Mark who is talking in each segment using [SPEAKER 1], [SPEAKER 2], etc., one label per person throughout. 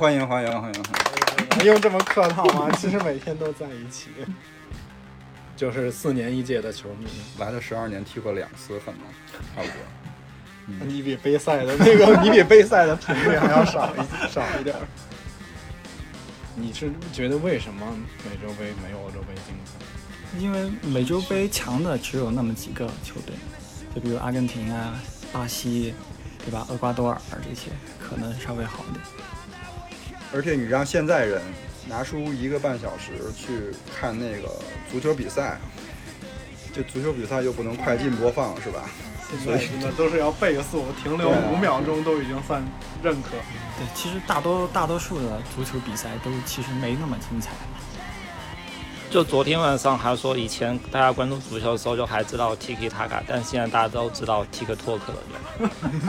[SPEAKER 1] 欢迎欢迎欢迎！欢迎
[SPEAKER 2] 又这么客套 吗？其实每天都在一起。就是四年一届的球迷，
[SPEAKER 1] 来了十二年，踢过两次，很吗？差不多。
[SPEAKER 2] 你比杯赛的那 个，你比杯赛的频率还要少 一少一点儿。你是觉得为什么美洲杯没有欧洲杯精彩？
[SPEAKER 3] 因为美洲杯强的只有那么几个球队，就比如阿根廷啊、巴西，对吧？厄瓜多尔这些可能稍微好一点。
[SPEAKER 1] 而且你让现在人拿出一个半小时去看那个足球比赛，这足球比赛又不能快进播放，是吧？
[SPEAKER 2] 现在真的哎都是要倍速，停留
[SPEAKER 1] 对啊
[SPEAKER 2] 五秒钟都已经算认可。
[SPEAKER 3] 对，其实大多大多数的足球比赛都其实没那么精彩。
[SPEAKER 4] 就昨天晚上还说，以前大家关注足球的时候就还知道 Tiki Taka，但现在大家都知道 Tik Tok 了就。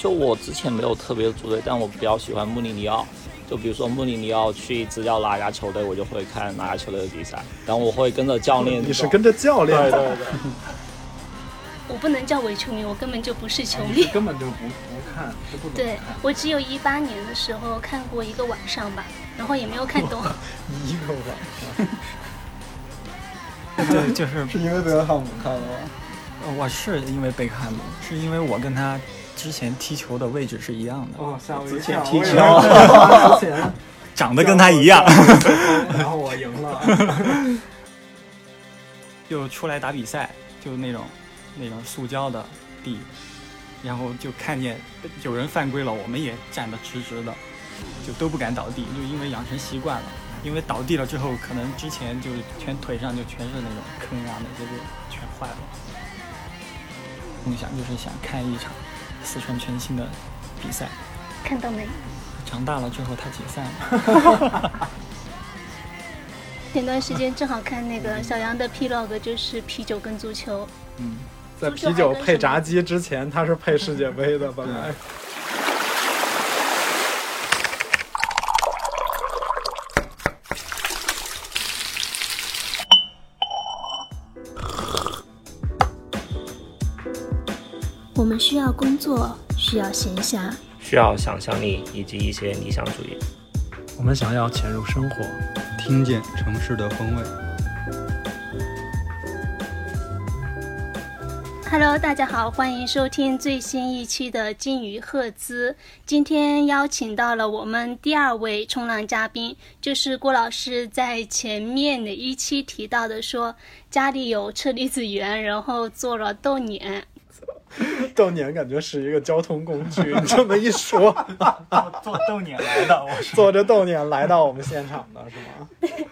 [SPEAKER 4] 就我之前没有特别的组队，但我比较喜欢穆里尼奥。就比如说穆里尼奥去执教哪家球队，我就会看哪家球队的比赛，然后我会跟着教练走。
[SPEAKER 2] 你是跟着教练走的，
[SPEAKER 5] 我不能叫伪球迷，我根本就不是
[SPEAKER 6] 啊
[SPEAKER 5] 球
[SPEAKER 2] 你
[SPEAKER 5] 迷
[SPEAKER 2] 是。根本就不不看，就不怎么
[SPEAKER 5] 对
[SPEAKER 2] 看。
[SPEAKER 5] 我只有一八年的时候看过一个晚上吧，然后也没有看 懂。
[SPEAKER 2] 一个晚上，
[SPEAKER 3] 对，就 是
[SPEAKER 2] 是因为贝克汉姆看的吗？
[SPEAKER 3] 呃我是因为贝克汉姆，是因为我跟他之前踢球的位置是一样的，
[SPEAKER 2] 哦，吓我一跳！
[SPEAKER 3] 踢
[SPEAKER 2] 我以为
[SPEAKER 3] 球
[SPEAKER 2] 之 前
[SPEAKER 3] 长得跟他一样，
[SPEAKER 2] 然后我赢了。
[SPEAKER 3] 就出来打比赛，就那种那种塑胶的地，然后就看见有人犯规了，我们也站得直直的，就都不敢倒地，就因为养成习惯了。因为倒地了之后，可能之前就全腿上就全是那种坑啊，那些就全坏了。梦想就是想看一场四川全新的比赛。
[SPEAKER 5] 看到没？
[SPEAKER 3] 长大了之后，他解散了。
[SPEAKER 5] 前段时间正好看那个小杨的 Plog，就是啤酒跟足球。
[SPEAKER 2] 在啤酒配炸鸡之前，他是配世界杯的，本来。
[SPEAKER 6] 我们需要工作，需要闲暇，
[SPEAKER 4] 需要想象力以及一些理想主义。
[SPEAKER 7] 我们想要潜入生活，
[SPEAKER 1] 听见城市的风味。
[SPEAKER 5] Hello，大家好，欢迎收听最新一期的《金鱼赫兹》。今天邀请到了我们第二位冲浪嘉宾，就是郭老师在前面的一期提到的说，家里有车厘子园，然后做了豆碾。
[SPEAKER 2] 豆年感觉是一个交通工具，你这么一说，
[SPEAKER 3] 做豆年来的，我是
[SPEAKER 2] 坐着豆年来到我们现场的是吗？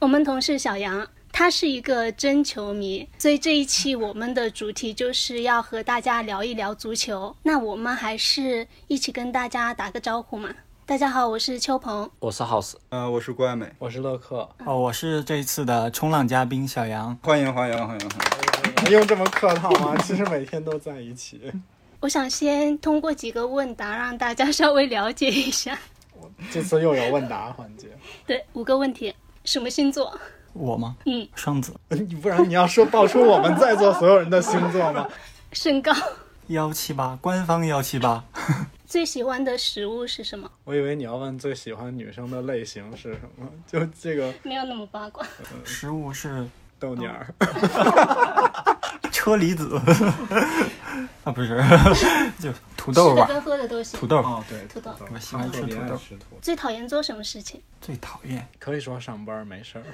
[SPEAKER 5] 我们同事小杨，他是一个真球迷，所以这一期我们的主题就是要和大家聊一聊足球。那我们还是一起跟大家打个招呼嘛。大家好，我是秋鹏。
[SPEAKER 4] 我是 House，
[SPEAKER 1] 呃，我是郭爱美，
[SPEAKER 2] 我是乐克，
[SPEAKER 3] 哦，我是这一次的冲浪嘉宾小杨。
[SPEAKER 1] 欢迎欢迎欢迎！欢迎
[SPEAKER 2] 用这么客套 吗？其实每天都在一起，
[SPEAKER 5] 我想先通过几个问答让大家 稍微了解一下。
[SPEAKER 2] 这次又有问答环节。
[SPEAKER 5] 对，五个问题，什么星座？
[SPEAKER 3] 我吗？
[SPEAKER 5] 嗯，
[SPEAKER 3] 双子，
[SPEAKER 2] 你不然你要说报出我们在座所有人的星座吗？
[SPEAKER 5] 身高？
[SPEAKER 3] 幺七八，官方幺七八。
[SPEAKER 5] 最喜欢的食物是什么？
[SPEAKER 2] 我以为你要问最喜欢女生的类型是什么，就这个
[SPEAKER 5] 没有那么八卦。
[SPEAKER 3] 食物是
[SPEAKER 2] 豆年儿。
[SPEAKER 3] 车厘子， 啊不是， 就土
[SPEAKER 5] 吃
[SPEAKER 3] 豆
[SPEAKER 5] 的
[SPEAKER 3] 吧，
[SPEAKER 5] 跟喝的都行。
[SPEAKER 3] 土豆。
[SPEAKER 2] 哦，对，
[SPEAKER 5] 土豆
[SPEAKER 3] 我喜欢吃土豆，
[SPEAKER 2] 吃土豆。
[SPEAKER 5] 最讨厌做什么事情？
[SPEAKER 3] 最讨厌
[SPEAKER 2] 可以说上班没事儿。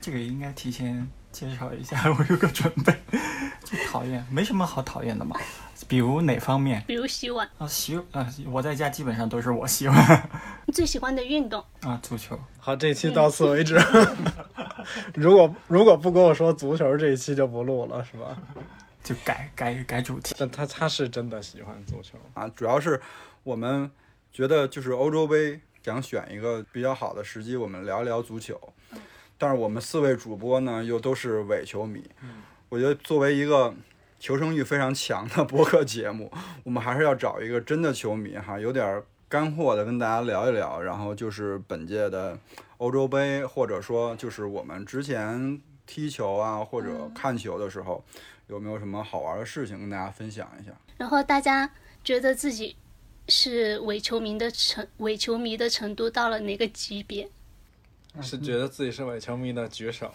[SPEAKER 3] 这个应该提前介绍一下， 我有个准备。最讨厌没什么好讨厌的嘛，比如哪方面
[SPEAKER 5] 比如洗碗。
[SPEAKER 3] 啊洗啊我在家基本上都是我洗碗
[SPEAKER 5] 最喜欢的运动？
[SPEAKER 3] 啊足球，
[SPEAKER 2] 好，这期到此为止。 如果如果不跟我说足球，这一期就不录了，是吧？
[SPEAKER 3] 就改改改主题。
[SPEAKER 2] 但他他是真的喜欢足球，
[SPEAKER 1] 啊，主要是我们觉得就是欧洲杯想选一个比较好的时机，我们聊一聊足球。但是我们四位主播呢，又都是伪球迷。我觉得作为一个求生欲非常强的播客节目，我们还是要找一个真的球迷哈，有点干货的跟大家聊一聊。然后就是本届的欧洲杯，或者说就是我们之前踢球啊或者看球的时候，有没有什么好玩的事情跟大家分享一下？
[SPEAKER 5] 然后大家觉得自己是伪球迷的程伪球迷的程度到了哪个级别？
[SPEAKER 2] 是觉得自己是伪球迷的举手，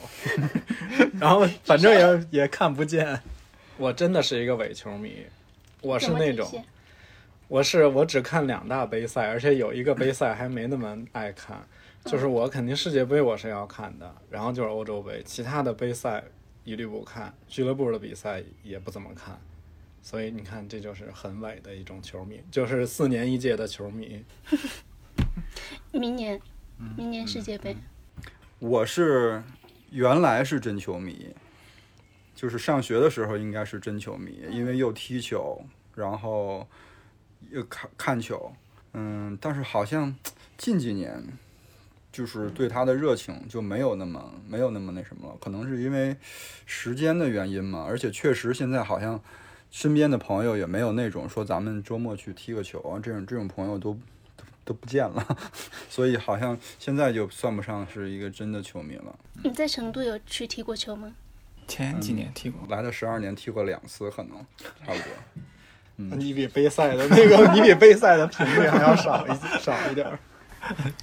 [SPEAKER 2] 然后反正也也看不见。我真的是一个伪球迷，我是
[SPEAKER 5] 怎么
[SPEAKER 2] 那
[SPEAKER 5] 体
[SPEAKER 2] 种
[SPEAKER 5] 现
[SPEAKER 2] 我是我只看两大杯赛，而且有一个杯赛还没那么爱看，
[SPEAKER 5] 嗯
[SPEAKER 2] 就是我肯定世界杯我是要看的，然后就是欧洲杯，其他的杯赛一律不看，俱乐部的比赛也不怎么看，所以你看这就是很伪的一种球迷，就是四年一届的球迷。
[SPEAKER 5] 明年，
[SPEAKER 2] 嗯
[SPEAKER 5] 明年世界杯，
[SPEAKER 1] 我是原来是真球迷，就是上学的时候应该是真球迷，因为又踢球，然后又看看球，嗯，但是好像近几年就是对他的热情就没有那么没有那么那什么了，可能是因为时间的原因嘛，而且确实现在好像身边的朋友也没有那种说咱们周末去踢个球啊，这种这种朋友都都都不见了。所以好像现在就算不上是一个真的球迷了。
[SPEAKER 2] 嗯
[SPEAKER 5] 你在成都有去踢过球吗？
[SPEAKER 3] 前几年踢过，
[SPEAKER 1] 来的十二年踢过两次，可能差不多。
[SPEAKER 3] 嗯
[SPEAKER 2] 你比杯赛的那个， 你比杯赛的频率还要少一少一点儿。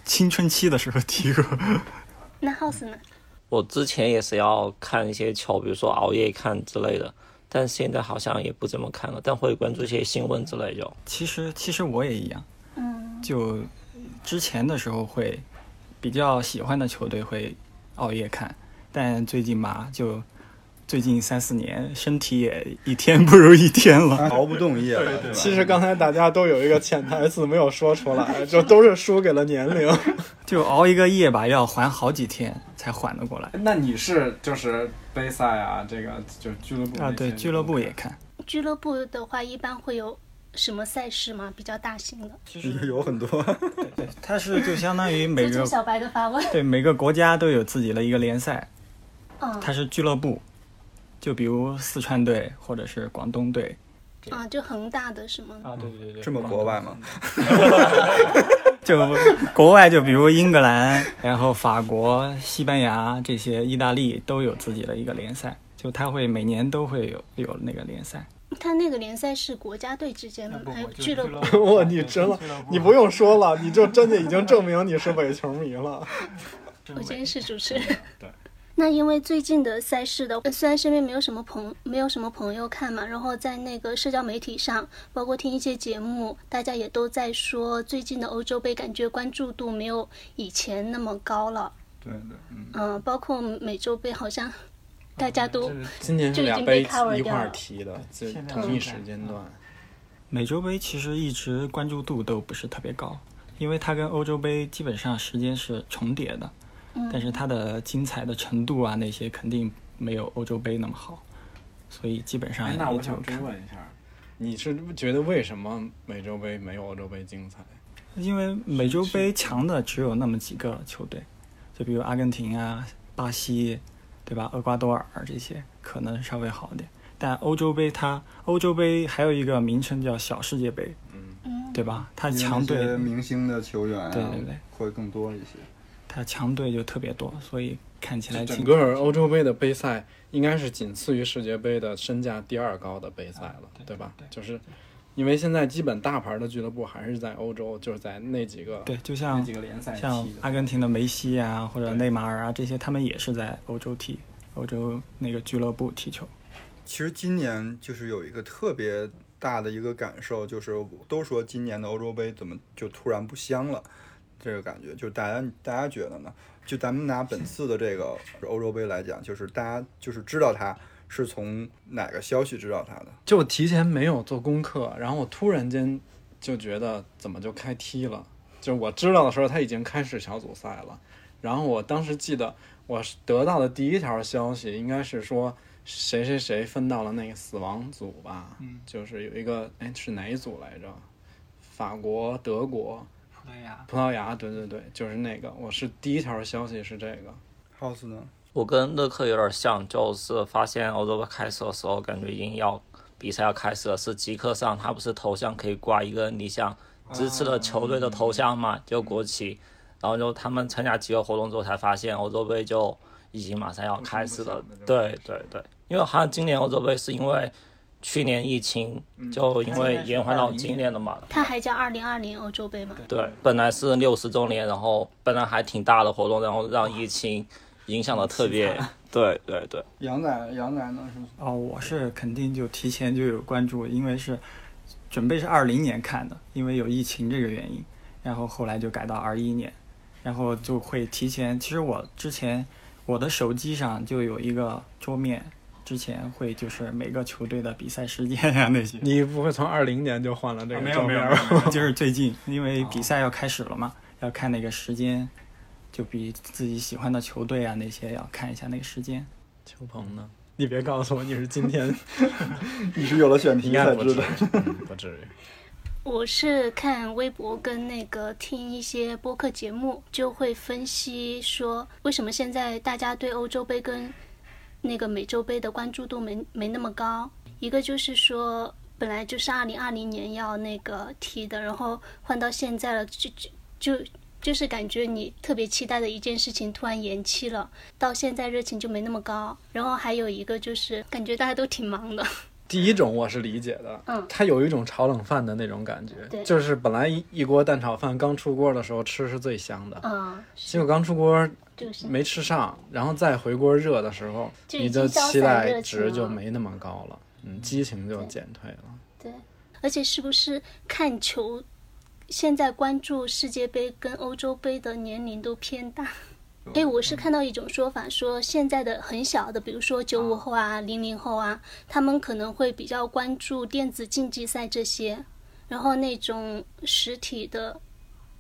[SPEAKER 3] 青春期的时候踢过。
[SPEAKER 5] 那 House 呢？
[SPEAKER 4] 我之前也是要看一些球，比如说熬夜看之类的，但现在好像也不怎么看了，但会关注一些新闻之类就。
[SPEAKER 3] 其实其实我也一样，
[SPEAKER 5] 嗯，
[SPEAKER 3] 就之前的时候会比较喜欢的球队会熬夜看，但最近嘛，就最近三四年身体也一天不如一天了。
[SPEAKER 1] 熬不动夜了，
[SPEAKER 2] 其实刚才大家都有一个潜台词没有说出来，就都是输给了年龄。
[SPEAKER 3] 就熬一个夜吧，要缓好几天才缓得过来。
[SPEAKER 2] 那你是就是杯赛啊，这个就俱乐部
[SPEAKER 3] 啊，对，俱乐部也看。
[SPEAKER 5] 俱乐部的话，一般会有什么赛事吗？比较大型的？
[SPEAKER 3] 其
[SPEAKER 1] 对吧 有很多。
[SPEAKER 3] 对， 它是就相当于每
[SPEAKER 5] 这就
[SPEAKER 3] 个
[SPEAKER 5] 是小白的发问。
[SPEAKER 3] 对每个国家都有自己的一个联赛，
[SPEAKER 5] 嗯
[SPEAKER 3] 它是俱乐部，就比如四川队或者是广东队。
[SPEAKER 5] 啊，就恒大的是吗？
[SPEAKER 3] 啊，对对对
[SPEAKER 1] 这么国外吗？
[SPEAKER 3] 就国外，就比如英格兰，然后法国、西班牙这些，意大利都有自己的一个联赛，就它会每年都会有有那个联赛。
[SPEAKER 5] 他那个联赛是国家队之间的吗，还有俱乐部。
[SPEAKER 2] 部。哇，你真了，你不用说了，你就真的已经证明你是伪球迷了。
[SPEAKER 5] 我今天是主持人。
[SPEAKER 2] 对。
[SPEAKER 5] 那因为最近的赛事的，呃虽然身边没有什么朋没有什么朋友看嘛，然后在那个社交媒体上，包括听一些节目，大家也都在说最近的欧洲杯感觉关注度没有以前那么高了。
[SPEAKER 1] 对对，嗯，
[SPEAKER 5] 嗯、包括美洲杯好像大家都、
[SPEAKER 2] 今年
[SPEAKER 5] 是俩杯一块儿
[SPEAKER 2] 踢的，就同一时间段。
[SPEAKER 3] 美洲杯其实一直关注度都不是特别高，因为它跟欧洲杯基本上时间是重叠的，但是它的精彩的程度啊那些肯定没有欧洲杯那么好，所以基本
[SPEAKER 2] 哎
[SPEAKER 3] 上
[SPEAKER 1] 哎
[SPEAKER 3] 也就看。
[SPEAKER 2] 问一下，你是觉得为什么美洲杯没有欧洲杯精彩？
[SPEAKER 3] 因为美洲杯强的只有那么几个球队，就比如阿根廷啊、巴西，对吧？厄瓜多尔这些可能稍微好一点。但欧洲杯它，欧洲杯还有一个名称叫小世界杯，
[SPEAKER 5] 嗯
[SPEAKER 3] 对吧？它
[SPEAKER 1] 因为
[SPEAKER 3] 强
[SPEAKER 1] 那些
[SPEAKER 3] 队，
[SPEAKER 1] 明星的球员啊
[SPEAKER 3] 对对对
[SPEAKER 1] 会更多一些。
[SPEAKER 3] 它强队就特别多，所以看起来
[SPEAKER 2] 整
[SPEAKER 3] 挺
[SPEAKER 2] 个欧洲杯的杯赛应该是仅次于世界杯的身价第二高的杯赛了，对吧？就是因为现在基本大牌的俱乐部还是在欧洲，就是在那几个
[SPEAKER 3] 对，就像
[SPEAKER 2] 个联赛
[SPEAKER 3] 像阿根廷的梅西啊，或者内马尔啊这些，他们也是在欧洲踢，欧洲那个俱乐部踢球。
[SPEAKER 1] 其实今年就是有一个特别大的一个感受，就是都说今年的欧洲杯怎么就突然不香了，这个感觉，就是大家大家觉得呢？就咱们拿本次的这个欧洲杯来讲，就是大家就是知道它是从哪个消息知道它的？
[SPEAKER 2] 就提前没有做功课，然后我突然间就觉得怎么就开踢了？就我知道的时候，他已经开始小组赛了。然后我当时记得我是得到的第一条消息应该是说谁谁谁分到了那个死亡组吧，
[SPEAKER 3] 嗯
[SPEAKER 2] 就是有一个哎是哪一组来着？法国、德国、葡萄牙，对对对，就是那个。我是第一条消息是这个，
[SPEAKER 1] House 呢？
[SPEAKER 4] 我跟乐克有点像，就是发现欧洲杯开始的时候，感觉已经要比赛要开始了，是极客上他不是头像可以挂一个你想支持的球队的头像嘛，就国旗，然后就他们参加极客活动之后才发现欧洲杯就已经马上要开始了，对对对，因为好像今年欧洲杯是因为去年疫情就因为延缓到今年了嘛，
[SPEAKER 5] 它还叫二零二零欧洲杯吗？
[SPEAKER 4] 对，本来是六十周年，然后本来还挺大的活动，然后让疫情影响的特别，对对对，
[SPEAKER 1] 杨仔，杨仔呢是
[SPEAKER 3] 哦，我是肯定就提前就有关注，因为是准备是二零年看的，因为有疫情这个原因，然后后来就改到二一年，然后就会提前。其实我之前我的手机上就有一个桌面，之前会就是每个球队的比赛时间呀、那些。
[SPEAKER 2] 你不会从二零年就换了这个
[SPEAKER 3] 啊没
[SPEAKER 2] 照
[SPEAKER 3] 有没
[SPEAKER 2] 片
[SPEAKER 3] 有
[SPEAKER 2] 儿吧？，
[SPEAKER 3] 就是最近因为比赛要开始了嘛，要看那个时间，就比自己喜欢的球队啊那些要看一下那个时间。
[SPEAKER 2] 邱鹏呢？你别告诉我你是今天
[SPEAKER 1] 你是有了选题
[SPEAKER 2] 应该
[SPEAKER 1] 才
[SPEAKER 2] 不
[SPEAKER 1] 知
[SPEAKER 2] 至
[SPEAKER 1] 道。
[SPEAKER 2] 于，嗯不至于。
[SPEAKER 5] 我是看微博跟那个听一些播客节目，就会分析说为什么现在大家对欧洲杯跟那个美洲杯的关注度没没那么高。一个就是说，本来就是二零二零年要那个踢的，然后换到现在了，就就就就是感觉你特别期待的一件事情突然延期了，到现在热情就没那么高。然后还有一个就是感觉大家都挺忙的，
[SPEAKER 2] 第一种我是理解的，
[SPEAKER 5] 嗯
[SPEAKER 2] 它有一种炒冷饭的那种感觉，
[SPEAKER 5] 对
[SPEAKER 2] 就是本来一一锅蛋炒饭刚出锅的时候吃是最香的，
[SPEAKER 5] 嗯，
[SPEAKER 2] 结果刚出锅
[SPEAKER 5] 就是
[SPEAKER 2] 没吃上，然后再回锅热的时候，
[SPEAKER 5] 就
[SPEAKER 2] 你
[SPEAKER 5] 已
[SPEAKER 2] 就
[SPEAKER 5] 经
[SPEAKER 2] 期待值
[SPEAKER 5] 消散热情
[SPEAKER 2] 就
[SPEAKER 5] 了
[SPEAKER 2] 没那么高了，嗯，激情就减退了。
[SPEAKER 5] 而且是不是看球，现在关注世界杯跟欧洲杯的年龄都偏大？哎，我
[SPEAKER 2] 嗯
[SPEAKER 5] 是看到一种说法，说现在的很小的，比如说九五后啊、零零后啊，他们可能会比较关注电子竞技赛这些，然后那种实体的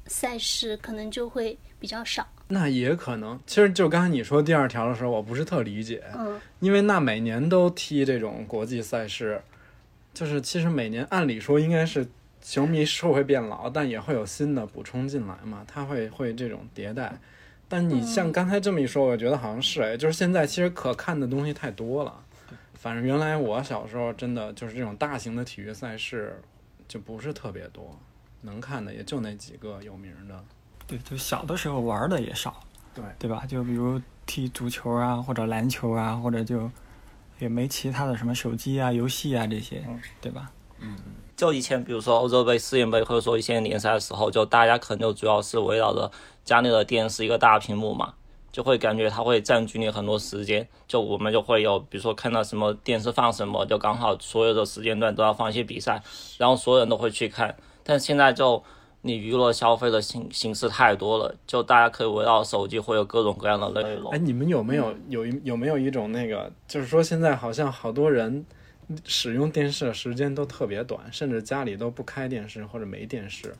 [SPEAKER 5] 赛事可能就会比较少。
[SPEAKER 2] 那也可能，其实就刚才你说第二条的时候，我不是特理解，
[SPEAKER 5] 嗯，
[SPEAKER 2] 因为那每年都踢这种国际赛事，就是其实每年按理说应该是球迷是会变老，但也会有新的补充进来嘛，它会会这种迭代。但你像刚才这么一说，我觉得好像是哎，就是现在其实可看的东西太多了。反正原来我小时候真的就是这种大型的体育赛事就不是特别多，能看的也就那几个有名的。
[SPEAKER 3] 对，就小的时候玩的也少，
[SPEAKER 2] 对
[SPEAKER 3] 对吧？就比如踢足球啊，或者篮球啊，或者就也没其他的什么手机啊、游戏啊这些，
[SPEAKER 2] 嗯
[SPEAKER 3] 对吧？
[SPEAKER 4] 就以前，比如说欧洲杯、世界杯，或者说一些联赛的时候，就大家可能就主要是围绕着家里的电视一个大屏幕嘛，就会感觉它会占据你很多时间。就我们就会有，比如说看到什么电视放什么，就刚好所有的时间段都要放一些比赛，然后所有人都会去看。但现在就你娱乐消费的形形式太多了，就大家可以围绕手机会有各种各样的内容
[SPEAKER 2] 哎，。你们有没有有一有没有一种那个，就是说现在好像好多人使用电视的时间都特别短，甚至家里都不开电视或者没电视，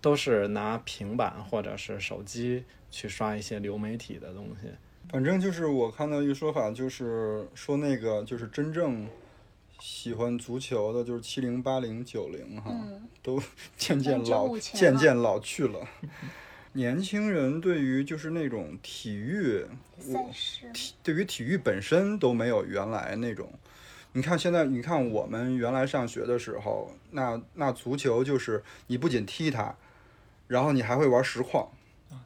[SPEAKER 2] 都是拿平板或者是手机去刷一些流媒体的东西。
[SPEAKER 1] 反正就是我看到一个说法，就是说那个就是真正喜欢足球的，就是七零、八零、九零哈，
[SPEAKER 5] 嗯
[SPEAKER 1] 都渐渐老，
[SPEAKER 5] 95前
[SPEAKER 1] 渐
[SPEAKER 5] 了
[SPEAKER 1] 渐老去了。 年轻人对于就是那种体育，
[SPEAKER 2] 嗯
[SPEAKER 5] 赛事
[SPEAKER 1] 对于体育本身都没有原来那种。你看现在，你看我们原来上学的时候，那那足球就是你不仅踢它，然后你还会玩实况。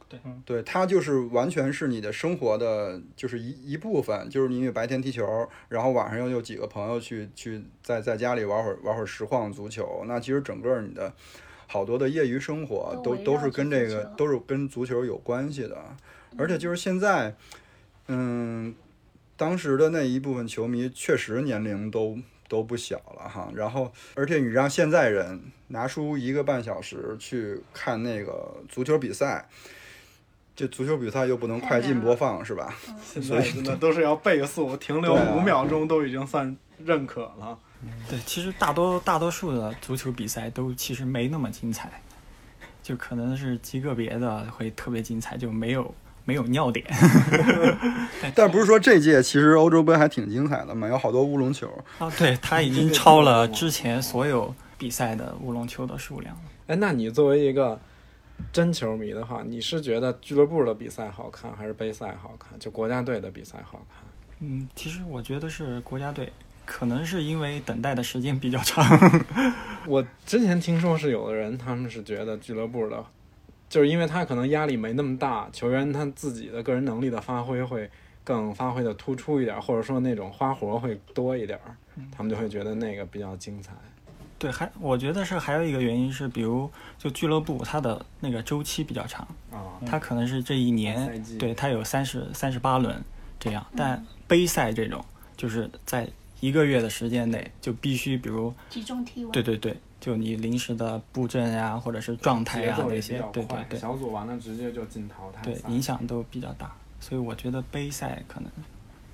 [SPEAKER 3] 对，
[SPEAKER 1] 对，它就是完全是你的生活的，就是一一部分，就是你白天踢球，然后晚上又有几个朋友去去在在家里玩会儿玩会儿实况足球。那其实整个你的好多的业余生活
[SPEAKER 5] 都
[SPEAKER 1] 都
[SPEAKER 5] 围
[SPEAKER 1] 都
[SPEAKER 5] 绕
[SPEAKER 1] 是
[SPEAKER 5] 着
[SPEAKER 1] 跟
[SPEAKER 5] 足
[SPEAKER 1] 这个
[SPEAKER 5] 球
[SPEAKER 1] 都是跟足球有关系的，而且就是现在，嗯，当时的那一部分球迷确实年龄都都不小了哈。然后，而且你让现在人拿出一个半小时去看那个足球比赛。这足球比赛又不能快进播放是吧？
[SPEAKER 2] 现在真的都是要倍速，停 留
[SPEAKER 1] 对啊
[SPEAKER 2] 五秒钟都已经算认可了。
[SPEAKER 3] 对，其实大多大多数的足球比赛都其实没那么精彩，就可能是极个别的会特别精彩，就没有没有尿点。
[SPEAKER 1] 但不是说这届其实欧洲杯还挺精彩的嘛，有好多乌龙球。
[SPEAKER 3] 啊，对，它已经超了之前所有比赛的乌龙球的数量了。
[SPEAKER 2] 哎，那你作为一个真球迷的话，你是觉得俱乐部的比赛好看，还是杯赛好看？就国家队的比赛好看？
[SPEAKER 3] 嗯，其实我觉得是国家队，可能是因为等待的时间比较长。
[SPEAKER 2] 我之前听说是有的人，他们是觉得俱乐部的，就是因为他可能压力没那么大，球员他自己的个人能力的发挥会更发挥的突出一点，或者说那种花活会多一点，他们就会觉得那个比较精彩。
[SPEAKER 3] 对，还我觉得是还有一个原因是，比如就俱乐部它的那个周期比较长，
[SPEAKER 2] 啊、
[SPEAKER 3] 它可能是这一
[SPEAKER 2] 赛
[SPEAKER 3] 年
[SPEAKER 2] 季，嗯
[SPEAKER 3] 对，它有三十三十八轮这样，但杯赛这种就是在一个月的时间内就必须，比如
[SPEAKER 8] 集中踢完。
[SPEAKER 3] 对对对，就你临时的布阵呀、或者是状态
[SPEAKER 2] 节
[SPEAKER 3] 呀、
[SPEAKER 2] 奏也
[SPEAKER 3] 那
[SPEAKER 2] 比
[SPEAKER 3] 些
[SPEAKER 2] 较，
[SPEAKER 3] 对
[SPEAKER 2] 快
[SPEAKER 3] 对，对
[SPEAKER 2] 小组完了直接就进淘汰
[SPEAKER 3] 对，
[SPEAKER 2] 赛。
[SPEAKER 3] 影响都比较大，所以我觉得杯赛可能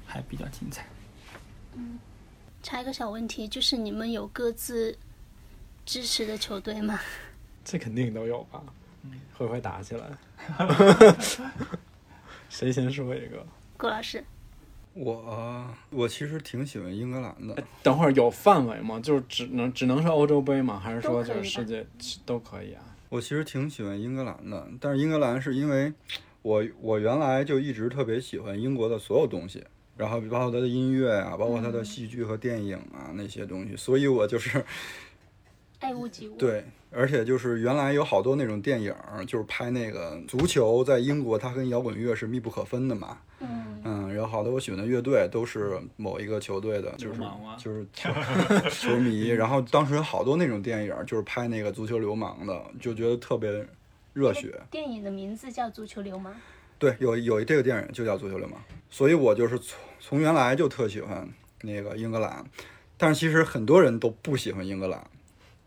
[SPEAKER 3] 还比较精彩。
[SPEAKER 5] 插一个小问题，就是你们有各自支持的球队吗？
[SPEAKER 2] 这肯定都有吧？会不会打 起来？谁先说一个？
[SPEAKER 5] 郭老师，
[SPEAKER 1] 我我其实挺喜欢英格兰的，
[SPEAKER 2] 等会儿有范围吗？就是只能只能是欧洲杯吗？还是说
[SPEAKER 8] 都可
[SPEAKER 2] 就
[SPEAKER 8] 以
[SPEAKER 2] 是
[SPEAKER 8] 吧
[SPEAKER 2] 世界都可以啊？
[SPEAKER 1] 我其实挺喜欢英格兰的，但是英格兰是因为我我原来就一直特别喜欢英国的所有东西，然后包括它的音乐啊，包括它的戏剧和电影啊、那些东西，所以我就是
[SPEAKER 8] 爱屋及乌。
[SPEAKER 1] 对，而且就是原来有好多那种电影儿，就是拍那个足球，在英国它跟摇滚乐是密不可分的嘛。
[SPEAKER 8] 嗯，
[SPEAKER 1] 嗯，然后好多我喜欢的乐队都是某一个球队的，就是
[SPEAKER 3] 流氓啊
[SPEAKER 1] 就是 球球迷。然后当时有好多那种电影儿就是拍那个足球流氓的，就觉得特别热血。
[SPEAKER 8] 电影的名字叫《足球流氓》。
[SPEAKER 1] 对，有有这个电影就叫《足球流氓》，所以我就是从从原来就特喜欢那个英格兰，但是其实很多人都不喜欢英格兰，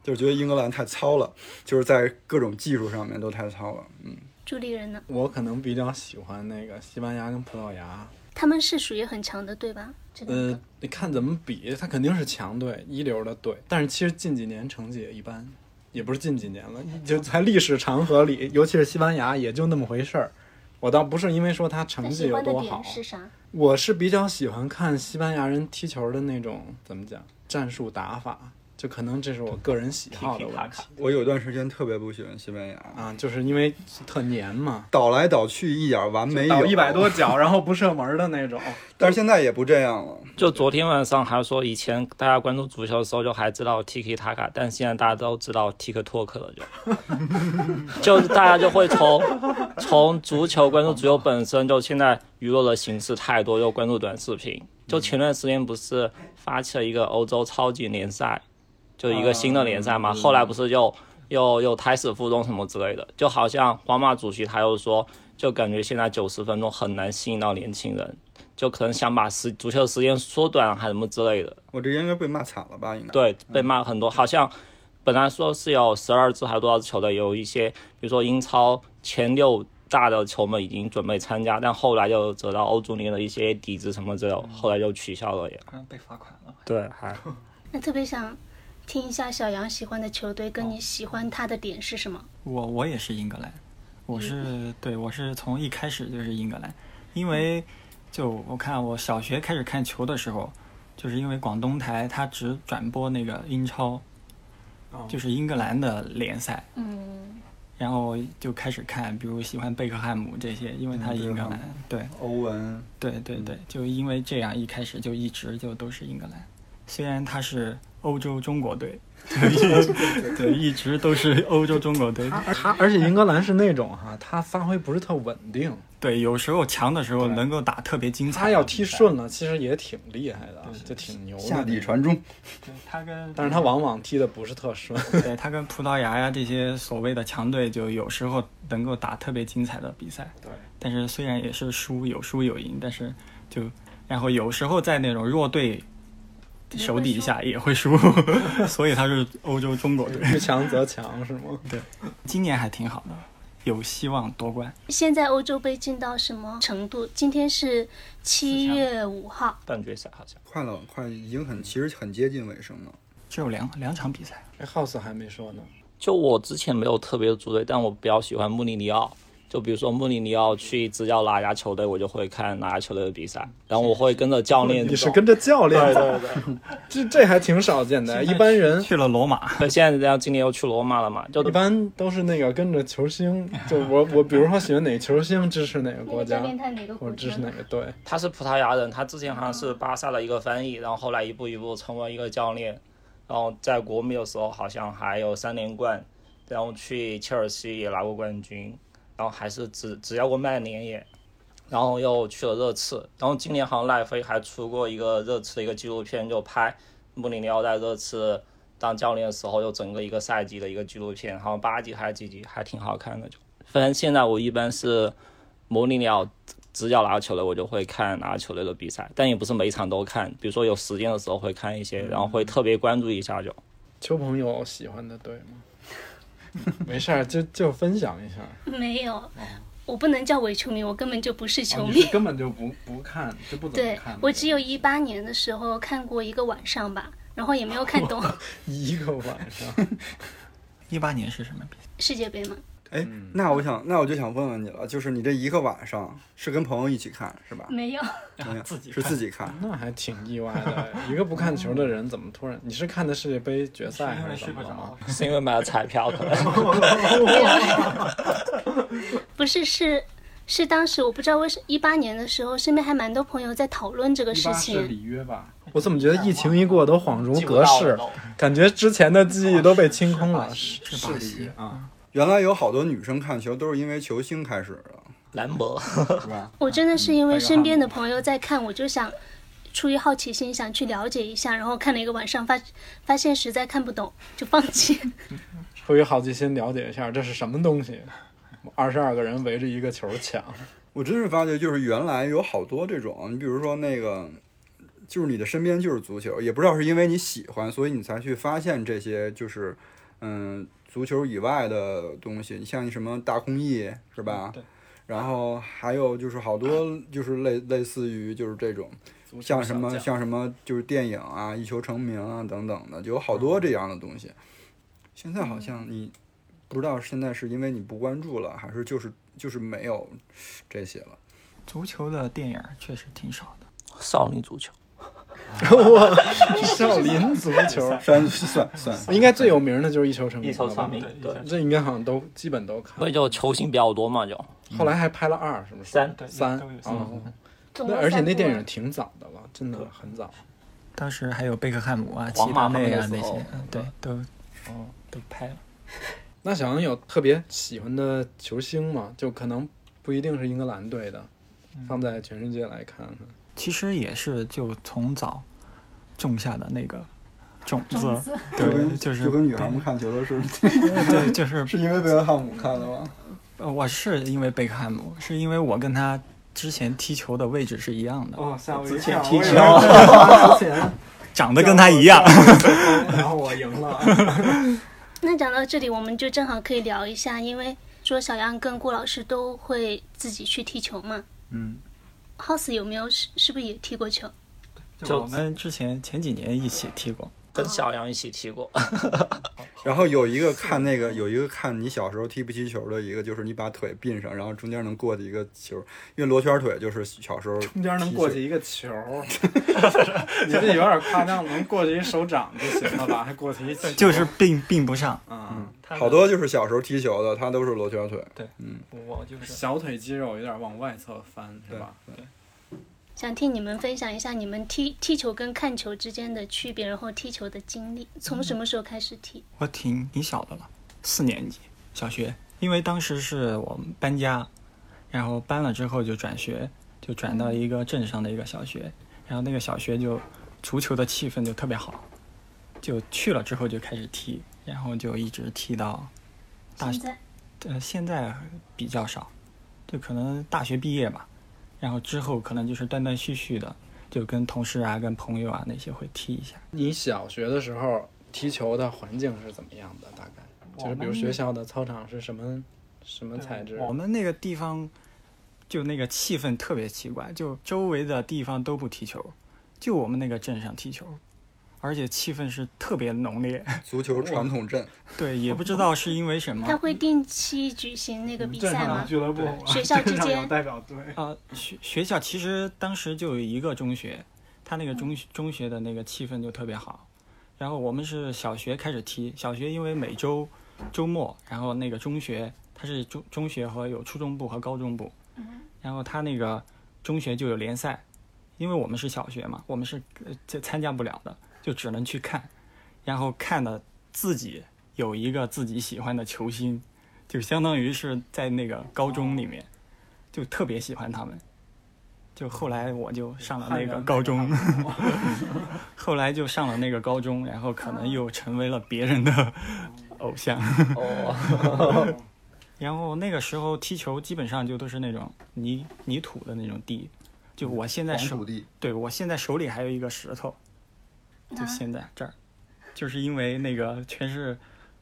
[SPEAKER 1] 就是觉得英格兰太糙了，就是在各种技术上面都太糙了。嗯，
[SPEAKER 5] 朱立人呢？
[SPEAKER 2] 我可能比较喜欢那个西班牙跟葡萄牙。
[SPEAKER 5] 他们是属于很强的队吧？这两
[SPEAKER 8] 嗯
[SPEAKER 5] 个
[SPEAKER 2] 呃，你看怎么比，他肯定是强队，一流的队。但是其实近几年成绩也一般，也不是近几年了，就在历史长河里，尤其是西班牙，也就那么回事儿。我倒不是因为说他成
[SPEAKER 8] 他
[SPEAKER 2] 绩
[SPEAKER 8] 喜
[SPEAKER 2] 有
[SPEAKER 8] 欢的
[SPEAKER 2] 多好啊
[SPEAKER 8] 点，是啥？
[SPEAKER 2] 我是比较喜欢看西班牙人踢球的那种怎么讲战术打法，就可能这是我个人喜好的
[SPEAKER 4] 踢踢踏
[SPEAKER 2] 问
[SPEAKER 4] 踏
[SPEAKER 2] 题
[SPEAKER 1] 我有段时间特别不喜欢西班牙，
[SPEAKER 2] 啊，就是因为特黏嘛，
[SPEAKER 1] 倒来倒去一点完美
[SPEAKER 2] 倒
[SPEAKER 1] 有，
[SPEAKER 2] 一百多，脚然后不射门的那 种。
[SPEAKER 1] 但是现在也不这样了。
[SPEAKER 4] 就昨天晚上还说，以前大家关注足球的时候就还知道 Tiki Taka，但现在大家都知道 Tik Tok 了 就，就大家就会从 从足球关注足球本身，就现在娱乐的形式太多，又关注短视频。就前段时间不是发起了一个欧洲超级联赛，就一个新的联赛嘛，后来不是又又又胎死腹中什么之类的，就好像皇马主席他又说，就感觉现在九十分钟很难吸引到年轻人。就可能想把时足球时间缩短，啊还是什么之类的。
[SPEAKER 1] 我这应该被骂惨了吧？应该。
[SPEAKER 4] 对，被骂很多，好像本来说是有十二支还是多少支球队，有一些，比如说英超前六大的球们已经准备参加，但后来又得到欧足联的一些抵制什么之类的，后来就取消了
[SPEAKER 2] 嗯
[SPEAKER 4] 也。
[SPEAKER 3] 好像被罚款了。
[SPEAKER 4] 对，还
[SPEAKER 5] 那特别想听一下小杨喜欢的球队
[SPEAKER 8] 嗯
[SPEAKER 5] 跟你喜欢他的点是什么？
[SPEAKER 3] 我我也是英格兰，我是对我是从一开始就是英格兰，因为就我看我小学开始看球的时候，就是因为广东台它只转播那个英超，
[SPEAKER 2] 哦
[SPEAKER 3] 就是英格兰的联赛，
[SPEAKER 8] 嗯，
[SPEAKER 3] 然后就开始看，比如喜欢贝克汉姆这些，因为他英格兰，对
[SPEAKER 1] 欧文，
[SPEAKER 3] 对
[SPEAKER 2] 嗯
[SPEAKER 3] 对对，就因为这样一开始就一直就都是英格兰，虽然他是欧洲中国队， 对一对一直都是欧洲中国队，
[SPEAKER 2] 他而且英格兰是那种哈，他发挥不是特稳定。
[SPEAKER 3] 对，有时候强的时候
[SPEAKER 2] 对
[SPEAKER 3] 能够打特别精彩。
[SPEAKER 2] 他要踢，顺了，其实也挺厉害的，啊就挺牛的。
[SPEAKER 1] 下底，哦传中，
[SPEAKER 3] 对他跟，
[SPEAKER 2] 但是他往往踢的不是 特顺。
[SPEAKER 3] 对他跟葡萄牙呀这些所谓的强队，就有时候能够打特别精彩的比赛。
[SPEAKER 2] 对，
[SPEAKER 3] 但是虽然也是输有输有赢，但是就然后有时候在那种弱队手底下也会输， 所以他是欧洲中国队。
[SPEAKER 2] 遇强则强是吗？
[SPEAKER 3] 今年还挺好的，有希望夺冠。
[SPEAKER 5] 现在欧洲杯进到什么程度？今天是七月五号，
[SPEAKER 4] 半决赛好像。
[SPEAKER 1] 快了，快，已经很，其实很接近尾声了。
[SPEAKER 3] 只有两两场比赛，
[SPEAKER 2] 哎，House 还没说呢。
[SPEAKER 4] 就我之前没有特别的组队，但我比较喜欢穆里尼奥。就比如说穆里尼奥去执教哪家球队，我就会看哪家球队的比赛，然后我会跟着教练走。
[SPEAKER 2] 哦你是跟着教练走， 这这还挺少见的。一般人
[SPEAKER 3] 去了罗马，
[SPEAKER 4] 对现在这样，今年又去罗马了嘛？就
[SPEAKER 2] 一般都哦是那个跟着球 星，就我我比如说喜欢哪个球星，支持哪个
[SPEAKER 8] 那
[SPEAKER 2] 国
[SPEAKER 8] 个
[SPEAKER 2] 家
[SPEAKER 8] 教，练他哪个
[SPEAKER 2] 或
[SPEAKER 8] 国
[SPEAKER 2] 者支
[SPEAKER 8] 家
[SPEAKER 2] 持？哪个队。
[SPEAKER 4] 他是葡萄牙人，他之前好像是巴萨的一个翻译，然后后来一步一步成为一个教练，然后在国米的时候好像还有三连冠，然后去切尔西也拿过冠军，然后还是执执教过曼联也，然后又去了热刺，然后今年好像赖飞还出过一个热刺的一个纪录片，就拍穆里尼奥在热刺当教练的时候，就整个一个赛季的一个纪录片，好像八集还是几集，还挺好看的。就反正现在我一般是穆里尼奥执教哪个球队，我就会看哪个球队的比赛，但也不是每一场都看，比如说有时间的时候会看一些，然后会特别关注一下 就。
[SPEAKER 2] 邱鹏有喜欢的队吗？ 没事儿，就就分享一下。
[SPEAKER 5] 没有，我不能叫伪球迷，我根本就不是球
[SPEAKER 2] 哦、
[SPEAKER 5] 迷
[SPEAKER 2] 你。是根本就不不看，就不怎么
[SPEAKER 5] 对
[SPEAKER 2] 看。
[SPEAKER 5] 我只有一八年的时候看过一个晚上吧，然后也没有看 懂
[SPEAKER 2] 一个晚上。
[SPEAKER 3] 一八年是什么比赛？
[SPEAKER 5] 世界杯嘛。
[SPEAKER 1] 哎，那我想，那我就想问问你了，就是你这一个晚上是跟朋友一起看是吧？
[SPEAKER 5] 没有，
[SPEAKER 1] 没有
[SPEAKER 3] 嗯啊自己
[SPEAKER 1] 是
[SPEAKER 3] 看
[SPEAKER 1] 自己看。
[SPEAKER 2] 那还挺意外的，一个不看球的人怎么突然？你是看的世界杯决赛还是怎么了吗？，
[SPEAKER 4] 是因为买了彩票， 可能
[SPEAKER 5] 不是是是当时我不知道为什一八年的时候，身边还蛮多朋友在讨论这个
[SPEAKER 2] 一
[SPEAKER 5] 事
[SPEAKER 2] 八是
[SPEAKER 5] 情。
[SPEAKER 2] 里约吧？我怎么觉得疫情一过都恍如
[SPEAKER 4] 记不
[SPEAKER 2] 隔
[SPEAKER 4] 到
[SPEAKER 2] 世
[SPEAKER 4] 了，都
[SPEAKER 2] 感觉之前的记忆都被清空了。
[SPEAKER 3] 是
[SPEAKER 2] 是
[SPEAKER 3] 是巴西
[SPEAKER 2] 里约啊，
[SPEAKER 1] 原来有好多女生看球都是因为球星开始的，
[SPEAKER 4] 兰博。
[SPEAKER 1] 是吧？
[SPEAKER 5] 我真的是
[SPEAKER 2] 嗯
[SPEAKER 5] 因为身边的朋友在看，我就想出于好奇心想去了解一下，然后看了一个晚上，发发现实在看不懂，就放 弃。
[SPEAKER 2] 出于好奇心了解一下这是什么东西。二十二个人围着一个球抢，
[SPEAKER 1] 我真是发觉，就是原来有好多这种，你比如说那个，就是你的身边就是足球，也不知道是因为你喜欢，所以你才去发现这些，就是嗯，足球以外的东西，像什么大空翼是吧？
[SPEAKER 3] 对。
[SPEAKER 1] 然后还有就是好多就是类类似于就是这种，像什么像什么就是电影啊、一球成名啊等等的，就有好多这样的东西。现在好像你不知道，现在是因为你不关注了，还是就是就是没有这些了？
[SPEAKER 3] 足球的电影儿确实挺少的。
[SPEAKER 4] 少林足球，
[SPEAKER 2] 少林足球，
[SPEAKER 1] 算 算算，
[SPEAKER 2] 应该最有名的就是一球成名
[SPEAKER 4] 一
[SPEAKER 2] 了吧，
[SPEAKER 4] 球成名，对，
[SPEAKER 2] 这应该好像都基本都
[SPEAKER 4] 所
[SPEAKER 2] 看
[SPEAKER 4] 以。就球星比较多嘛，就
[SPEAKER 2] 后来还拍了二，是不是？
[SPEAKER 4] 三
[SPEAKER 3] 对
[SPEAKER 2] 三
[SPEAKER 3] 都有三嗯
[SPEAKER 2] 哦，
[SPEAKER 8] 总
[SPEAKER 2] 那
[SPEAKER 8] 共
[SPEAKER 2] 而且
[SPEAKER 8] 三
[SPEAKER 2] 那
[SPEAKER 8] 部
[SPEAKER 2] 电
[SPEAKER 8] 嘛
[SPEAKER 2] 影挺早的了，真的很早。
[SPEAKER 3] 当时还有贝克汉姆啊、
[SPEAKER 4] 皇
[SPEAKER 3] 齐达
[SPEAKER 4] 马他们
[SPEAKER 3] 内啊
[SPEAKER 4] 那
[SPEAKER 3] 那
[SPEAKER 4] 时候
[SPEAKER 3] 些，嗯对，都哦都拍了。
[SPEAKER 2] 那小杨有特别喜欢的球星吗？就可能不一定是英格兰队的，
[SPEAKER 3] 嗯
[SPEAKER 2] 放在全世界来看看。
[SPEAKER 3] 其实也是就从早种下的那个种子，
[SPEAKER 8] 种子
[SPEAKER 1] 就
[SPEAKER 3] 对，
[SPEAKER 1] 跟
[SPEAKER 3] 就是
[SPEAKER 1] 就跟女孩们看球的是
[SPEAKER 3] 对，就是
[SPEAKER 1] 是因为贝克汉姆看的吗？
[SPEAKER 3] 呃我是因为贝克汉姆，是因为我跟他之前踢球的位置是一样的，
[SPEAKER 2] 哦，吓我一
[SPEAKER 3] 跳
[SPEAKER 2] 踢
[SPEAKER 3] 我以
[SPEAKER 2] 球
[SPEAKER 3] 为是
[SPEAKER 2] 之前，
[SPEAKER 3] 长得跟他一样。
[SPEAKER 2] 然后我赢了。
[SPEAKER 5] 那讲到这里，我们就正好可以聊一下，因为说小杨跟顾老师都会自己去踢球嘛。
[SPEAKER 3] 嗯，
[SPEAKER 5] House 有没有是是不是也踢过球？
[SPEAKER 3] 就我们之前前几年一起踢过，
[SPEAKER 4] 跟小杨一起踢过。
[SPEAKER 1] 然后有一个看那个，有一个看你小时候踢不踢球的一个，就是你把腿并上，然后中间能过去一个球，因为罗圈腿就是小时候
[SPEAKER 2] 中间能过去一个 球，你这有点夸张，能过去一手掌就行了吧？还过去一球，
[SPEAKER 3] 就是并并不上。
[SPEAKER 2] 啊，
[SPEAKER 1] 好多就是小时候踢球的，他都是罗圈腿。
[SPEAKER 3] 我就是
[SPEAKER 2] 小腿肌肉有点往外侧翻，是吧？
[SPEAKER 5] 想听你们分享一下你们踢踢球跟看球之间的区别，然后踢球的经历。从什么时候开始踢？
[SPEAKER 3] 我挺挺小的了，四年级小学，因为当时是我们搬家，然后搬了之后就转学，就转到一个镇上的一个小学，然后那个小学就足球的气氛就特别好，就去了之后就开始踢，然后就一直踢到大
[SPEAKER 8] 现在
[SPEAKER 3] 呃现在比较少，就可能大学毕业吧，然后之后可能就是断断续续的，就跟同事啊、跟朋友啊那些会踢一下。
[SPEAKER 2] 你小学的时候踢球的环境是怎么样的？大概就是比如学校的操场是什么什么材质？
[SPEAKER 3] 我们那个地方就那个气氛特别奇怪，就周围的地方都不踢球，就我们那个镇上踢球，而且气氛是特别浓烈。
[SPEAKER 1] 足球传统阵，
[SPEAKER 3] 对，也不知道是因为什么
[SPEAKER 5] 他会定期举行那个比赛吗？
[SPEAKER 2] 俱乐部
[SPEAKER 5] 学校之间
[SPEAKER 2] 代表队
[SPEAKER 3] 啊、学学校其实当时就有一个中学，他那个中中学的那个气氛就特别好。然后我们是小学开始踢，小学因为每周周末，然后那个中学它是中中学和有初中部和高中部，然后他那个中学就有联赛，因为我们是小学嘛，我们是呃这参加不了的，就只能去看，然后看的自己有一个自己喜欢的球星，就相当于是在那个高中里面就特别喜欢他们，就后来我就上了
[SPEAKER 2] 汉
[SPEAKER 3] 那
[SPEAKER 2] 人
[SPEAKER 3] 个
[SPEAKER 2] 没
[SPEAKER 3] 高
[SPEAKER 2] 看
[SPEAKER 3] 中
[SPEAKER 2] 过，
[SPEAKER 3] 后来就上了那个高中，然后可能又成为了别人的偶像。
[SPEAKER 4] 哦，
[SPEAKER 3] 然后那个时候踢球基本上就都是那种泥泥土的那种地，就我现在
[SPEAKER 1] 黄
[SPEAKER 3] 手
[SPEAKER 1] 土地，
[SPEAKER 3] 对我现在手里还有一个石头，
[SPEAKER 8] 啊
[SPEAKER 3] 就现在这儿，就是因为那个全是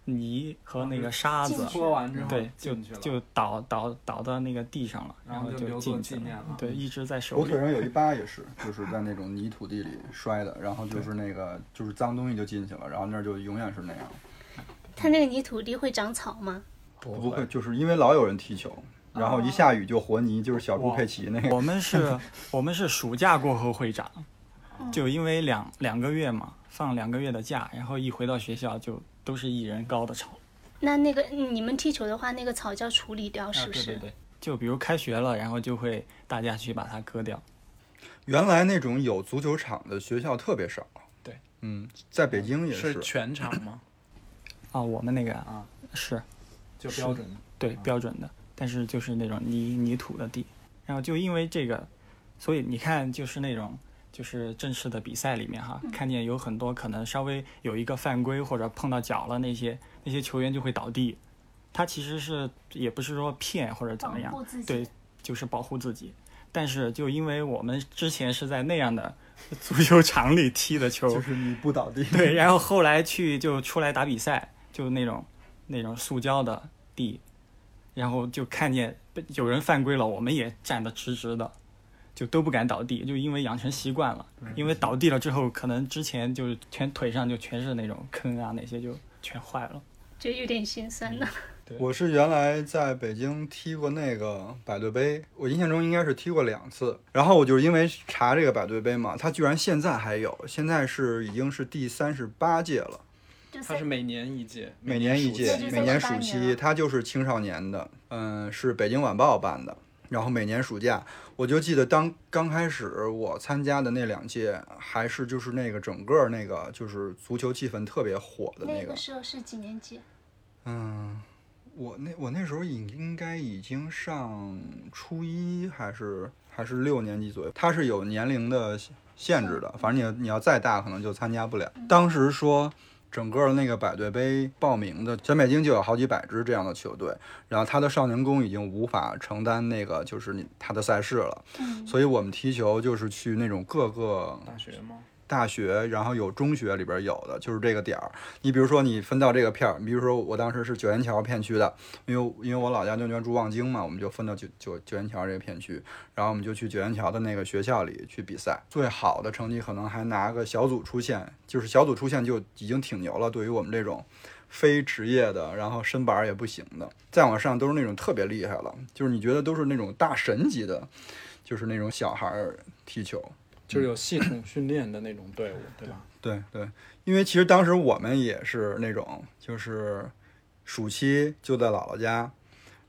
[SPEAKER 3] 泥和那个沙
[SPEAKER 8] 进
[SPEAKER 3] 子，
[SPEAKER 8] 去
[SPEAKER 2] 说完之后
[SPEAKER 3] 对，就
[SPEAKER 2] 进啊去了，
[SPEAKER 3] 就倒倒倒到那个地上了，
[SPEAKER 2] 然
[SPEAKER 3] 然
[SPEAKER 2] 后
[SPEAKER 3] 后
[SPEAKER 2] 就留作
[SPEAKER 3] 进
[SPEAKER 2] 纪
[SPEAKER 3] 去
[SPEAKER 2] 念了
[SPEAKER 3] 对，一直在手
[SPEAKER 1] 我
[SPEAKER 3] 里
[SPEAKER 1] 腿。上有一疤，也是，就是在那种泥土地里摔的，然后就是那个就是脏东西就进去了，然后那儿就永远是那样。
[SPEAKER 5] 它那个泥土地会长草吗？
[SPEAKER 1] 不会，就是因为老有人踢球，然
[SPEAKER 2] 啊
[SPEAKER 1] 后一下雨就和泥，就是小猪
[SPEAKER 3] 哇
[SPEAKER 1] 佩奇那个。
[SPEAKER 3] 我们是，我们是暑假过后会长，
[SPEAKER 8] 嗯
[SPEAKER 3] 就因为两两个月嘛，放两个月的假，然后一回到学校就都是一人高的草。
[SPEAKER 5] 那那个嗯你们踢球的话，那个草叫处理掉，
[SPEAKER 3] 啊
[SPEAKER 5] 是不是？
[SPEAKER 3] 对对对，就比如开学了，然后就会大家去把它割掉。
[SPEAKER 1] 原来那种有足球场的学校特别少。
[SPEAKER 2] 对，
[SPEAKER 1] 嗯，在北京也
[SPEAKER 2] 是全场吗？
[SPEAKER 3] 啊，我们那个
[SPEAKER 2] 啊
[SPEAKER 3] 是
[SPEAKER 2] 就标准
[SPEAKER 3] 对标准的，但是就是那种泥泥土的地，然后就因为这个，所以你看就是那种。就是正式的比赛里面
[SPEAKER 8] 嗯
[SPEAKER 3] 哈，看见有很多可能稍微有一个犯规或者碰到脚了，那些那些球员就会倒地。他其实是也不是说骗或者怎么样
[SPEAKER 8] 保护自，己
[SPEAKER 3] 对，就是保护自己。但是就因为我们之前是在那样的 足球场里踢的球，
[SPEAKER 1] 就是你不 倒地。
[SPEAKER 3] 对，然后后来去就出来打比赛，就那种那种塑胶的地，然后就看见有人犯规了，我们也站得直直的，就都不敢倒地，就因为养成习惯了。因为倒地了之后，可能之前就是全腿上就全是那种坑啊，那些就全坏了。
[SPEAKER 5] 就有点心酸
[SPEAKER 3] 嗯
[SPEAKER 5] 呢。
[SPEAKER 1] 我是原来在北京踢过那个百对杯，我印象中应该是踢过两次。然后我就是因为查这个百对杯嘛，它居然现在还有，现在是已经是第三十八届了，
[SPEAKER 8] 就
[SPEAKER 2] 它
[SPEAKER 8] 是
[SPEAKER 2] 是每年一届，
[SPEAKER 1] 每年一届
[SPEAKER 2] 暑期，
[SPEAKER 1] 每年暑
[SPEAKER 8] 那就
[SPEAKER 1] 期，
[SPEAKER 8] 是
[SPEAKER 1] 它就是青少年的，嗯，是北京晚报办的。然后每年暑假，我就记得当刚开始我参加的那两届，还是就是那个整个那个就是足球气氛特别火的
[SPEAKER 8] 那
[SPEAKER 1] 个
[SPEAKER 8] 个时候是几年级？
[SPEAKER 1] 嗯，我那我那时候应应该已经上初一还是还是六年级左右，它是有年龄的限限制的，反正你你要再大可能就参加不了。当时说。整个那个百对杯报名的全北京就有好几百支这样的球队，然后他的少年宫已经无法承担那个就是你他的赛事了，所以我们踢球就是去那种各个
[SPEAKER 2] 大学吗？
[SPEAKER 1] 大学，然后有中学里边有的，就是这个点儿。你比如说你分到这个片儿，比如说我当时是九元桥片区的，因为因为我老家就原住望京嘛，我们就分到九九九元桥这个片区，然后我们就去九元桥的那个学校里去比赛，最好的成绩可能还拿个小组出线，就是小组出线就已经挺牛了，对于我们这种。非职业的，然后身板儿也不行的，再往上都是那种特别厉害了，就是你觉得都是那种大神级的，就是那种小孩儿踢球。
[SPEAKER 2] 就是有系统训练的那种队伍，对吧？
[SPEAKER 1] 对对，因为其实当时我们也是那种，就是暑期就在姥姥家，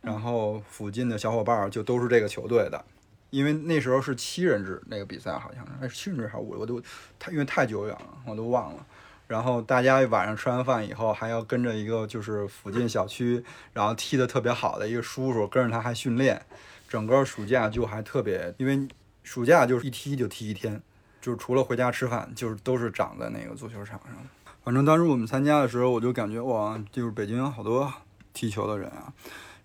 [SPEAKER 1] 然后附近的小伙伴儿就都是这个球队的，因为那时候是七人制那个比赛，好像是哎七人制还是五，我都太因为太久远了，我都忘了。然后大家晚上吃完饭以后，还要跟着一个就是附近小区，然后踢得特别好的一个叔叔，跟着他还训练，整个暑假就还特别，因为暑假就是一踢就踢一天，就是除了回家吃饭，就是都是长在那个足球场上的。反正当时我们参加的时候，我就感觉哇，就是北京有好多踢球的人啊。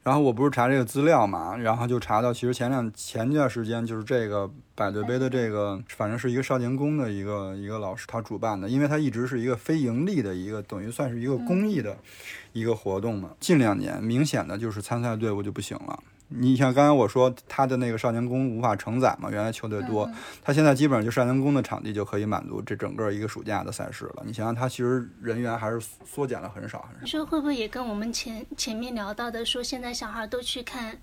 [SPEAKER 1] 然后我不是查这个资料嘛，然后就查到，其实前两前段时间就是这个百对杯的这个，反正是一个少年宫的一个一个老师他主办的，因为他一直是一个非盈利的一个，等于算是一个公益的一个活动嘛。近两年明显的就是参赛队伍就不行了。你像刚才我说他的那个少年宫无法承载嘛，原来球队多，他现在基本上就少年宫的场地就可以满足这整个一个暑假的赛事了。你想想，他其实人员还是缩缩减了很少很
[SPEAKER 5] 你
[SPEAKER 1] 少。
[SPEAKER 5] 说会不会也跟我们前前面聊到的，说现在小孩都去看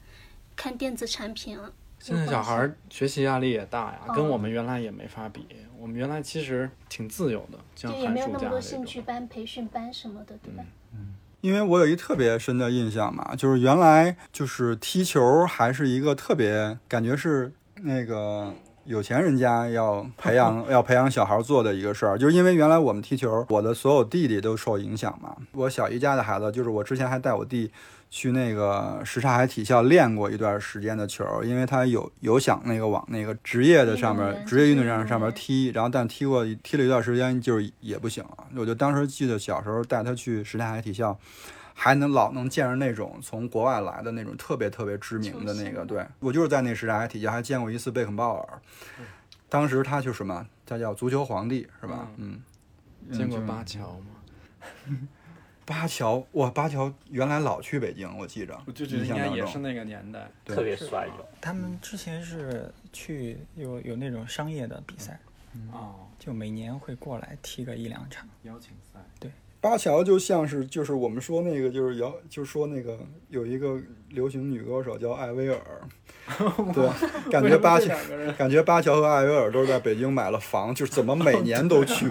[SPEAKER 5] 看电子产品啊了？
[SPEAKER 2] 现在小孩儿学习压力也大呀，跟我们原来也没法比。我们原来其实挺自由的，像
[SPEAKER 8] 就也
[SPEAKER 2] 寒
[SPEAKER 8] 没有
[SPEAKER 2] 暑
[SPEAKER 8] 那么
[SPEAKER 2] 假
[SPEAKER 8] 多
[SPEAKER 2] 这
[SPEAKER 8] 兴
[SPEAKER 2] 种。嗯
[SPEAKER 8] 趣班、培训班什么的，对吧？
[SPEAKER 1] 因为我有一特别深的印象嘛，就是原来就是踢球还是一个特别感觉是那个。有钱人家要培 养要培养小孩做的一个事儿，就是因为原来我们踢球，我的所有弟弟都受影响嘛。我小姨家的孩子，就是我之前还带我弟去那个什刹海体校练过一段时间的球，因为他有有想那个往那个职业的上
[SPEAKER 8] 运动
[SPEAKER 1] 面
[SPEAKER 8] 员嗯
[SPEAKER 1] 职业运
[SPEAKER 8] 职业运动
[SPEAKER 1] 动员
[SPEAKER 8] 员
[SPEAKER 1] 上面踢，然后但踢过踢了一段时间就是也不行了。我就当时记得小时候带他去什刹海体校。还能老能见着那种从国外来的那种特别特别知名的那
[SPEAKER 8] 球
[SPEAKER 1] 个，
[SPEAKER 8] 星
[SPEAKER 2] 啊
[SPEAKER 1] 对我就是在那时代还体校还见过一次贝肯鲍尔，当时他就是什么，他叫足球皇帝是吧？嗯，
[SPEAKER 2] 见过
[SPEAKER 1] 嗯
[SPEAKER 2] 巴乔吗？
[SPEAKER 1] 巴乔，哇，巴乔原来老去北京，我记着，
[SPEAKER 2] 我就觉
[SPEAKER 1] 印
[SPEAKER 2] 得应
[SPEAKER 1] 象
[SPEAKER 2] 该
[SPEAKER 1] 当
[SPEAKER 2] 也
[SPEAKER 1] 中
[SPEAKER 2] 是那个年代。
[SPEAKER 1] 对
[SPEAKER 4] 特别帅哟。
[SPEAKER 3] 他们之前是去有有那种商业的比赛，
[SPEAKER 2] 哦，
[SPEAKER 3] 就每年会过来踢个一两场。
[SPEAKER 2] 邀请赛。
[SPEAKER 1] 巴乔就像是就是我们说那个就是摇，就是说那个有一个流行女歌手叫艾薇 儿，对，感觉巴乔
[SPEAKER 2] 为什么这两个 人
[SPEAKER 1] 感觉巴乔和艾薇儿都是在北京买了房，就是怎么每年都去，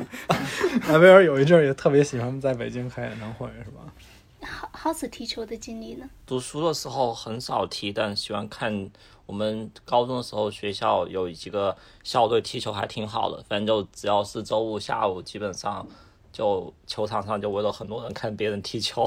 [SPEAKER 2] 艾薇儿有一阵儿也特别喜欢在北京开演唱会，是吧？
[SPEAKER 5] 好好死踢球的经历呢？
[SPEAKER 4] 读书的时候很少踢，但喜欢看。我们高中的时候，学校有几个校队踢球还挺好的，反正就只要是周五下午，基本上就球场上就围了很多人看别人踢球。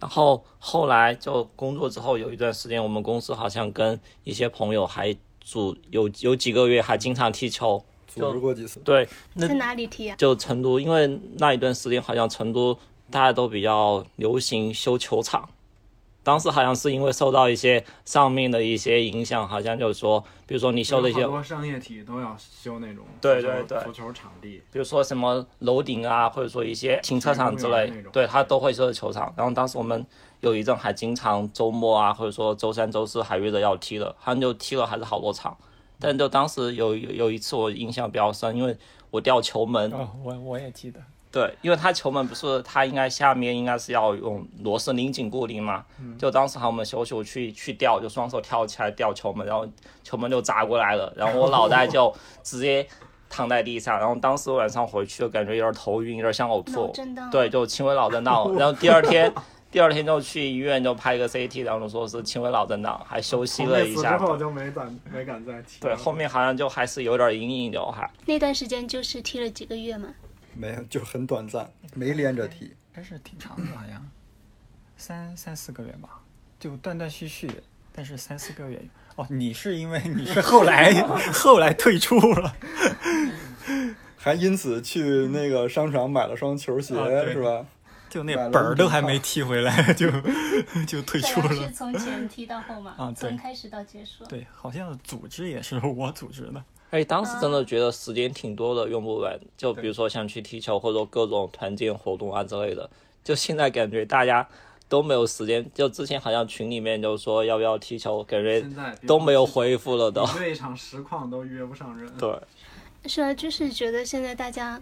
[SPEAKER 4] 然后后来就工作之后有一段时间，我们公司好像跟一些朋友还组有有几个月还经常踢球。
[SPEAKER 1] 组织过几次。
[SPEAKER 4] 对，那
[SPEAKER 5] 在哪里踢啊呀、
[SPEAKER 4] 就成都，因为那一段时间好像成都大家都比较流行修球场，当时好像是因为受到一些上面的一些影响，好像就是说，比如说你修的一些
[SPEAKER 2] 好，多商业体都要修那种
[SPEAKER 4] 对
[SPEAKER 2] 足球
[SPEAKER 4] 对对
[SPEAKER 2] 足球场地，
[SPEAKER 4] 比如说什么楼顶啊，或者说一些停车场之类
[SPEAKER 2] 那种，
[SPEAKER 4] 对他都会修的球场。然后当时我们有一阵还经常周末啊，或者说周三、周四还约着要踢的，好像就踢了还是好多场。但就当时有有有一次我印象比较深，因为我掉球门，
[SPEAKER 3] 哦，我我也记得，
[SPEAKER 4] 对，因为他球门不是他应该下面应该是要用螺丝拧紧固定嘛，就当时喊我们小球去去吊，就双手跳起来吊球门，然后球门就砸过来了，然后我脑袋就直接躺在地上，然后当时晚上回去就感觉有点头晕，有点像呕
[SPEAKER 5] 脑
[SPEAKER 4] 吐，
[SPEAKER 5] 震荡。啊
[SPEAKER 4] 对，，就轻微脑震荡，然后第二天。第二天就去医院就拍个 CT，然后说是轻微脑震荡，还休息了一下。
[SPEAKER 2] 就没敢没敢再踢
[SPEAKER 4] 对，后面好像就还是有点阴影的，还
[SPEAKER 5] 那段时间就是踢了几个月嘛。
[SPEAKER 1] 没有，就很短暂，没连着踢。
[SPEAKER 3] 还是挺长的，好像三三四个月吧，就断断续续，但是三四个月。哦，你是因为你是后来 后来退出了，
[SPEAKER 1] 还因此去那个商场买了双球鞋，
[SPEAKER 3] 啊对
[SPEAKER 1] 是吧？
[SPEAKER 3] 就那本儿都还没踢回来， 就就退
[SPEAKER 8] 大
[SPEAKER 3] 出
[SPEAKER 5] 啊
[SPEAKER 8] 家
[SPEAKER 3] 了
[SPEAKER 8] 是。从前踢到后嘛，
[SPEAKER 3] 啊对
[SPEAKER 8] 从开始到结束。
[SPEAKER 3] 对，好像组织也是我组织的。
[SPEAKER 4] 哎，当时真
[SPEAKER 7] 嗯
[SPEAKER 4] 的觉得时间挺多的，用不完。就比如说像去踢球或者各种团建活动啊之类的。就现在感觉大家都没有时间，就之前好像群里面就说要不要踢球，感觉
[SPEAKER 2] 在
[SPEAKER 4] 都没有恢复了都。
[SPEAKER 2] 对一场实况都约不上人。
[SPEAKER 4] 对，
[SPEAKER 5] 是啊，就是觉得现在大家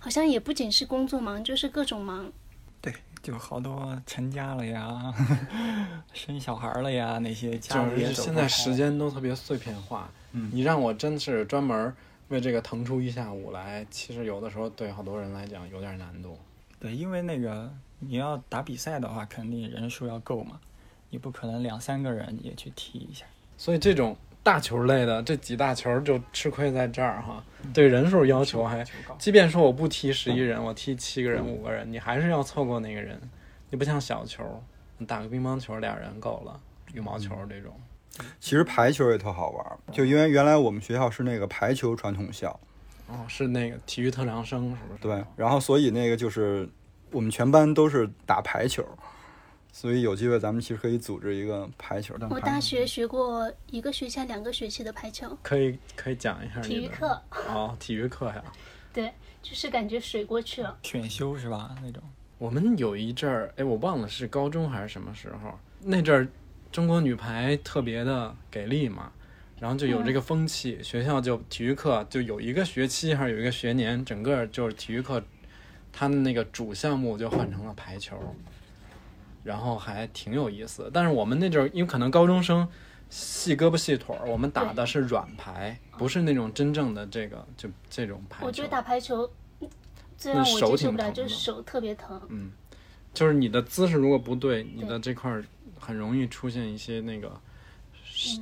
[SPEAKER 5] 好像也不仅是工作忙，就是各种忙。
[SPEAKER 3] 对，就好多成家了呀， 生小孩了呀，那些家
[SPEAKER 2] 就
[SPEAKER 3] 里也
[SPEAKER 2] 是
[SPEAKER 3] 走
[SPEAKER 2] 现
[SPEAKER 3] 不
[SPEAKER 2] 在
[SPEAKER 3] 开
[SPEAKER 2] 时间都特别碎片化，你让我真是专门为这个腾出一下午来，其实有的时候对好多人来讲有点难度。
[SPEAKER 3] 对，因为那个你要打比赛的话，肯定人数要够嘛，你不可能两三个人也去踢一下。
[SPEAKER 2] 所以这种大球类的这几大球就吃亏在这儿哈，对人数要求还，即便说我不踢十一人，我踢七个人、五个人，你还是要凑够那个人。你不像小球，你打个乒乓球俩人够了，羽毛球这种。
[SPEAKER 1] 其实排球也特好玩儿，就因为原来我们学校是那个排球传统校，
[SPEAKER 2] 哦，是那个体育特长生是不是？
[SPEAKER 1] 对，然后所以那个就是我们全班都是打排球，所以有机会咱们其实可以组织一个排球。但
[SPEAKER 5] 我
[SPEAKER 1] 排
[SPEAKER 5] 大学学过一个学期、还两个学期的排球，
[SPEAKER 2] 可以可以讲一下
[SPEAKER 8] 体
[SPEAKER 2] 你
[SPEAKER 8] 育
[SPEAKER 2] 的
[SPEAKER 8] 课
[SPEAKER 2] 哦，体育课呀，
[SPEAKER 8] 就是感觉水过去了，
[SPEAKER 3] 选修是吧？那种
[SPEAKER 2] 我们有一阵儿，哎，我忘了是高中还是什么时候，那阵儿中国女排特别的给力嘛，然后就有
[SPEAKER 8] 嗯
[SPEAKER 2] 这个风气，学校就体育课就有一个学期还是有一个学年，整个就是体育课，他们那个主项目就换成了排球，然后还挺有意思。但是我们那阵儿，因为可能高中生细胳膊细腿儿，我们打的是软排，不是那种真正的这个就这种排球。
[SPEAKER 8] 我觉得打排球嗯最
[SPEAKER 2] 那
[SPEAKER 8] 让我
[SPEAKER 2] 手
[SPEAKER 8] 接受
[SPEAKER 2] 挺
[SPEAKER 8] 不了
[SPEAKER 2] 疼
[SPEAKER 8] 就是
[SPEAKER 2] 的
[SPEAKER 8] 手特别疼。
[SPEAKER 2] 就是你的姿势如果不对，你的这块儿很容易出现一些那个，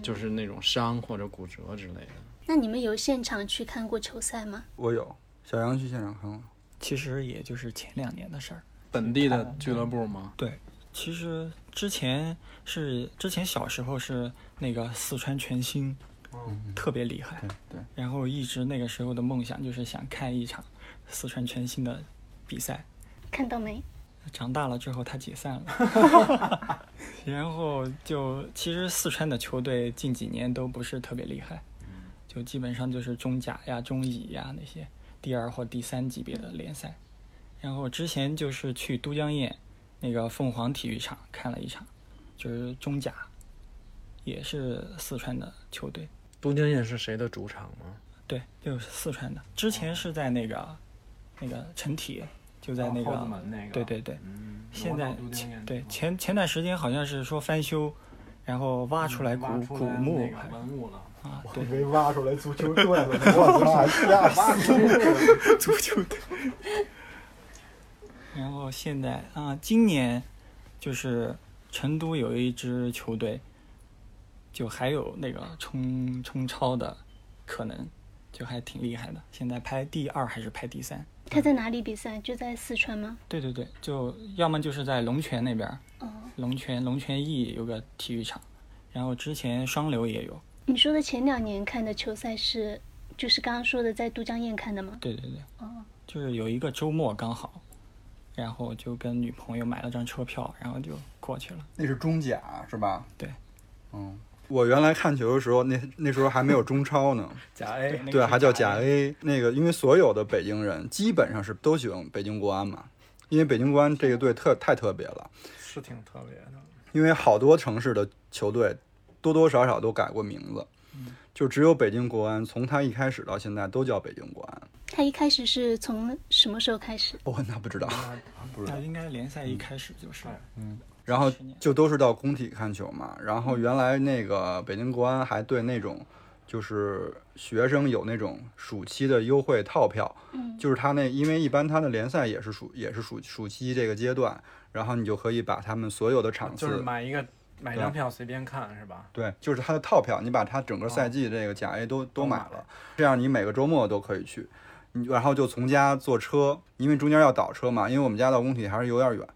[SPEAKER 2] 就是那种伤或者骨折之类的。
[SPEAKER 5] 那你们有现场去看过球赛吗？
[SPEAKER 1] 我有小杨去现场看过，
[SPEAKER 3] 其实也就是前两年的事儿。
[SPEAKER 2] 本地的俱乐部吗？
[SPEAKER 3] 对，其实之前是之前小时候是那个四川全兴，特别厉害。
[SPEAKER 1] 对嗯对，
[SPEAKER 3] 然后一直那个时候的梦想就是想看一场四川全兴的比赛。
[SPEAKER 5] 看到没？
[SPEAKER 3] 长大了之后，他解散了， 然后就其实四川的球队近几年都不是特别厉害，
[SPEAKER 7] 嗯
[SPEAKER 3] 就基本上就是中甲呀、中乙呀那些第二或第三级别的联赛。然后之前就是去都江堰那个凤凰体育场看了一场，就是中甲，也是四川的球队，
[SPEAKER 7] 都江堰是谁的主场吗？
[SPEAKER 3] 对，就是四川的。之
[SPEAKER 7] 哦
[SPEAKER 3] 前是在那个那个成体，就在那个、
[SPEAKER 7] 后哦门那个。
[SPEAKER 3] 对对对。
[SPEAKER 7] 嗯，
[SPEAKER 3] 现在
[SPEAKER 7] 挪到都江堰
[SPEAKER 3] 前对前前段时间好像是说翻修，然后挖出来古
[SPEAKER 7] 嗯挖出
[SPEAKER 3] 古
[SPEAKER 7] 来
[SPEAKER 3] 墓
[SPEAKER 7] 那个文物了，
[SPEAKER 3] 啊，
[SPEAKER 9] 我
[SPEAKER 3] 对
[SPEAKER 9] 以为挖出来足球队了，我操，吓死我！
[SPEAKER 3] 足球队。然后现在啊，今年就是成都有一支球队，就还有那个冲冲超的可能，就还挺厉害的。现在排第二还是排第三？
[SPEAKER 5] 他在哪里比赛？就在四川吗？
[SPEAKER 3] 对对对，就要么就是在龙泉那边儿，
[SPEAKER 5] 哦，
[SPEAKER 3] 龙泉龙泉驿有个体育场，然后之前双流也有。
[SPEAKER 5] 你说的前两年看的球赛是，就是刚刚说的在都江堰看的吗？
[SPEAKER 3] 对对对，
[SPEAKER 5] 哦，
[SPEAKER 3] 就是有一个周末刚好，然后就跟女朋友买了张车票，然后就过去了。
[SPEAKER 1] 那是中甲是吧？
[SPEAKER 3] 对，
[SPEAKER 1] 嗯， 我原来看球的时候，那那时候还没有中超呢，
[SPEAKER 7] 甲 A
[SPEAKER 3] 那个
[SPEAKER 1] 对，啊
[SPEAKER 3] 是
[SPEAKER 1] 还叫甲
[SPEAKER 3] 的
[SPEAKER 1] A。那个，因为所有的北京人基本上是都喜欢北京国安嘛，因为北京国安这个队特太特别了，
[SPEAKER 7] 是挺特别的，
[SPEAKER 1] 因为好多城市的球队多多少少都改过名字，
[SPEAKER 3] 嗯
[SPEAKER 1] 就只有北京国安从他一开始到现在都叫北京国安。
[SPEAKER 5] 他一开始是从什么时候开始？
[SPEAKER 1] 我那不知道，不嗯知道
[SPEAKER 3] 那。应该联赛一开始就是，
[SPEAKER 1] 然后
[SPEAKER 3] 十年嗯
[SPEAKER 1] 就都是到工体看球嘛。然后原来那个北京国安还对那种就是学生有那种暑期的优惠套票，
[SPEAKER 3] 嗯
[SPEAKER 1] 就是他那因为一般他的联赛也是暑也是暑暑期这个阶段，然后你就可以把他们所有的场次
[SPEAKER 7] 哦就是买一个买一张票随便看是吧？
[SPEAKER 1] 对，就是它的套票，你把它整个赛季这个甲 A 都、都买了，这样你每个周末都可以去。你然后就从家坐车，因为中间要倒车嘛，因为我们家到工体还是有点远，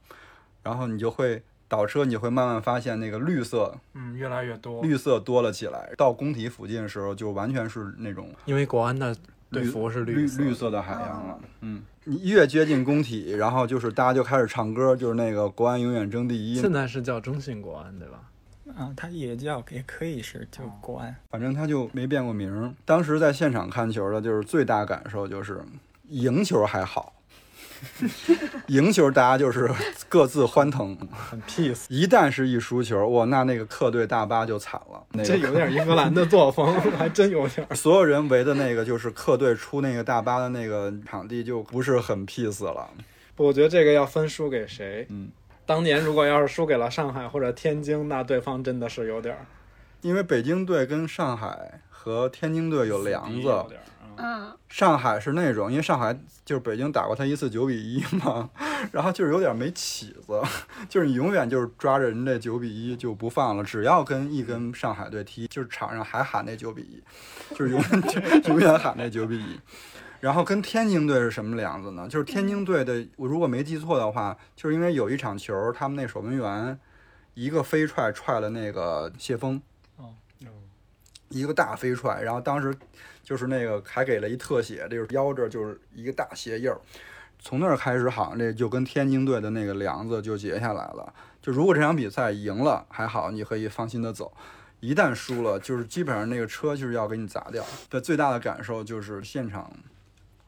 [SPEAKER 1] 然后你就会倒车，你会慢慢发现那个绿色
[SPEAKER 7] 嗯，越来越多。
[SPEAKER 1] 绿色多了起来。到工体附近的时候，就完全是那种
[SPEAKER 7] 因为国安的队服是
[SPEAKER 1] 绿
[SPEAKER 7] 色的，
[SPEAKER 1] 绿色的海洋了。嗯，你越接近工体，然后就是大家就开始唱歌，就是那个国安永远争第一。
[SPEAKER 7] 现在是叫中信国安对吧？
[SPEAKER 3] 啊，它也叫也可以是就国安，
[SPEAKER 1] 反正他就没变过名儿。当时在现场看球的，就是最大感受就是，赢球还好， 赢球大家就是各自欢腾，
[SPEAKER 7] 很 peace，
[SPEAKER 1] 一旦是一输球，哇，那那个客队大巴就惨了。那
[SPEAKER 2] 这
[SPEAKER 1] 个
[SPEAKER 2] 有点英格兰的作风， 还真有点。
[SPEAKER 1] 所有人围的那个就是客队出那个大巴的那个场地就不是很 peace 了。
[SPEAKER 2] 不，我觉得这个要分输给谁。
[SPEAKER 1] 嗯，
[SPEAKER 2] 当年如果要是输给了上海或者天津，那对方真的是有点儿
[SPEAKER 1] 因为北京队跟上海和天津队有梁子
[SPEAKER 2] 有，点儿嗯
[SPEAKER 5] 嗯，
[SPEAKER 1] 上海是那种，因为上海就是北京打过他一次九比一嘛，然后就是有点没起子，就是你永远就是抓着人这九比一就不放了，只要跟一跟上海队踢，就是场上还喊那九比一，就是永远就永远喊那九比一。然后跟天津队是什么梁子呢？就是天津队的，我如果没记错的话，就是因为有一场球，他们那守门员一个飞踹踹了那个谢峰，
[SPEAKER 3] 哦
[SPEAKER 1] 一个大飞踹，然后当时就是那个还给了一特写，这就是腰这儿就是一个大鞋印儿。从那儿开始，好像这就跟天津队的那个梁子就结下来了。就如果这场比赛赢了还好，你可以放心的走；一旦输了，就是基本上那个车就是要给你砸掉。对，最大的感受就是现场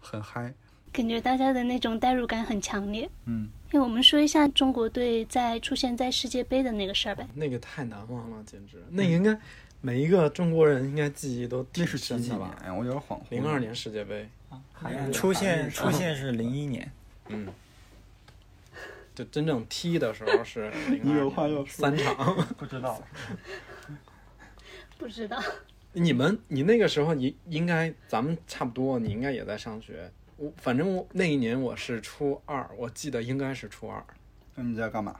[SPEAKER 1] 很嗨。
[SPEAKER 5] 感觉大家的那种代入感很强烈。
[SPEAKER 1] 嗯，
[SPEAKER 5] 因为我们说一下中国队在出现在世界杯的那个事儿呗。
[SPEAKER 2] 那个太难忘了，简直。那个应该每一个中国人应该记忆都挺
[SPEAKER 1] 那是几
[SPEAKER 2] 深
[SPEAKER 1] 几
[SPEAKER 2] 的
[SPEAKER 1] 年
[SPEAKER 2] 吧？
[SPEAKER 1] 呀？我有点恍惚。
[SPEAKER 2] 零二。年世界杯，
[SPEAKER 3] 出现出现是零一年，
[SPEAKER 2] 嗯，就真正踢的时候是零二年三场。
[SPEAKER 3] 不知道
[SPEAKER 8] 不知道，
[SPEAKER 2] 你们，你那个时候你应该咱们差不多，你应该也在上学。我反正我那一年我是初二，我记得应该是初二
[SPEAKER 1] 那你在干嘛？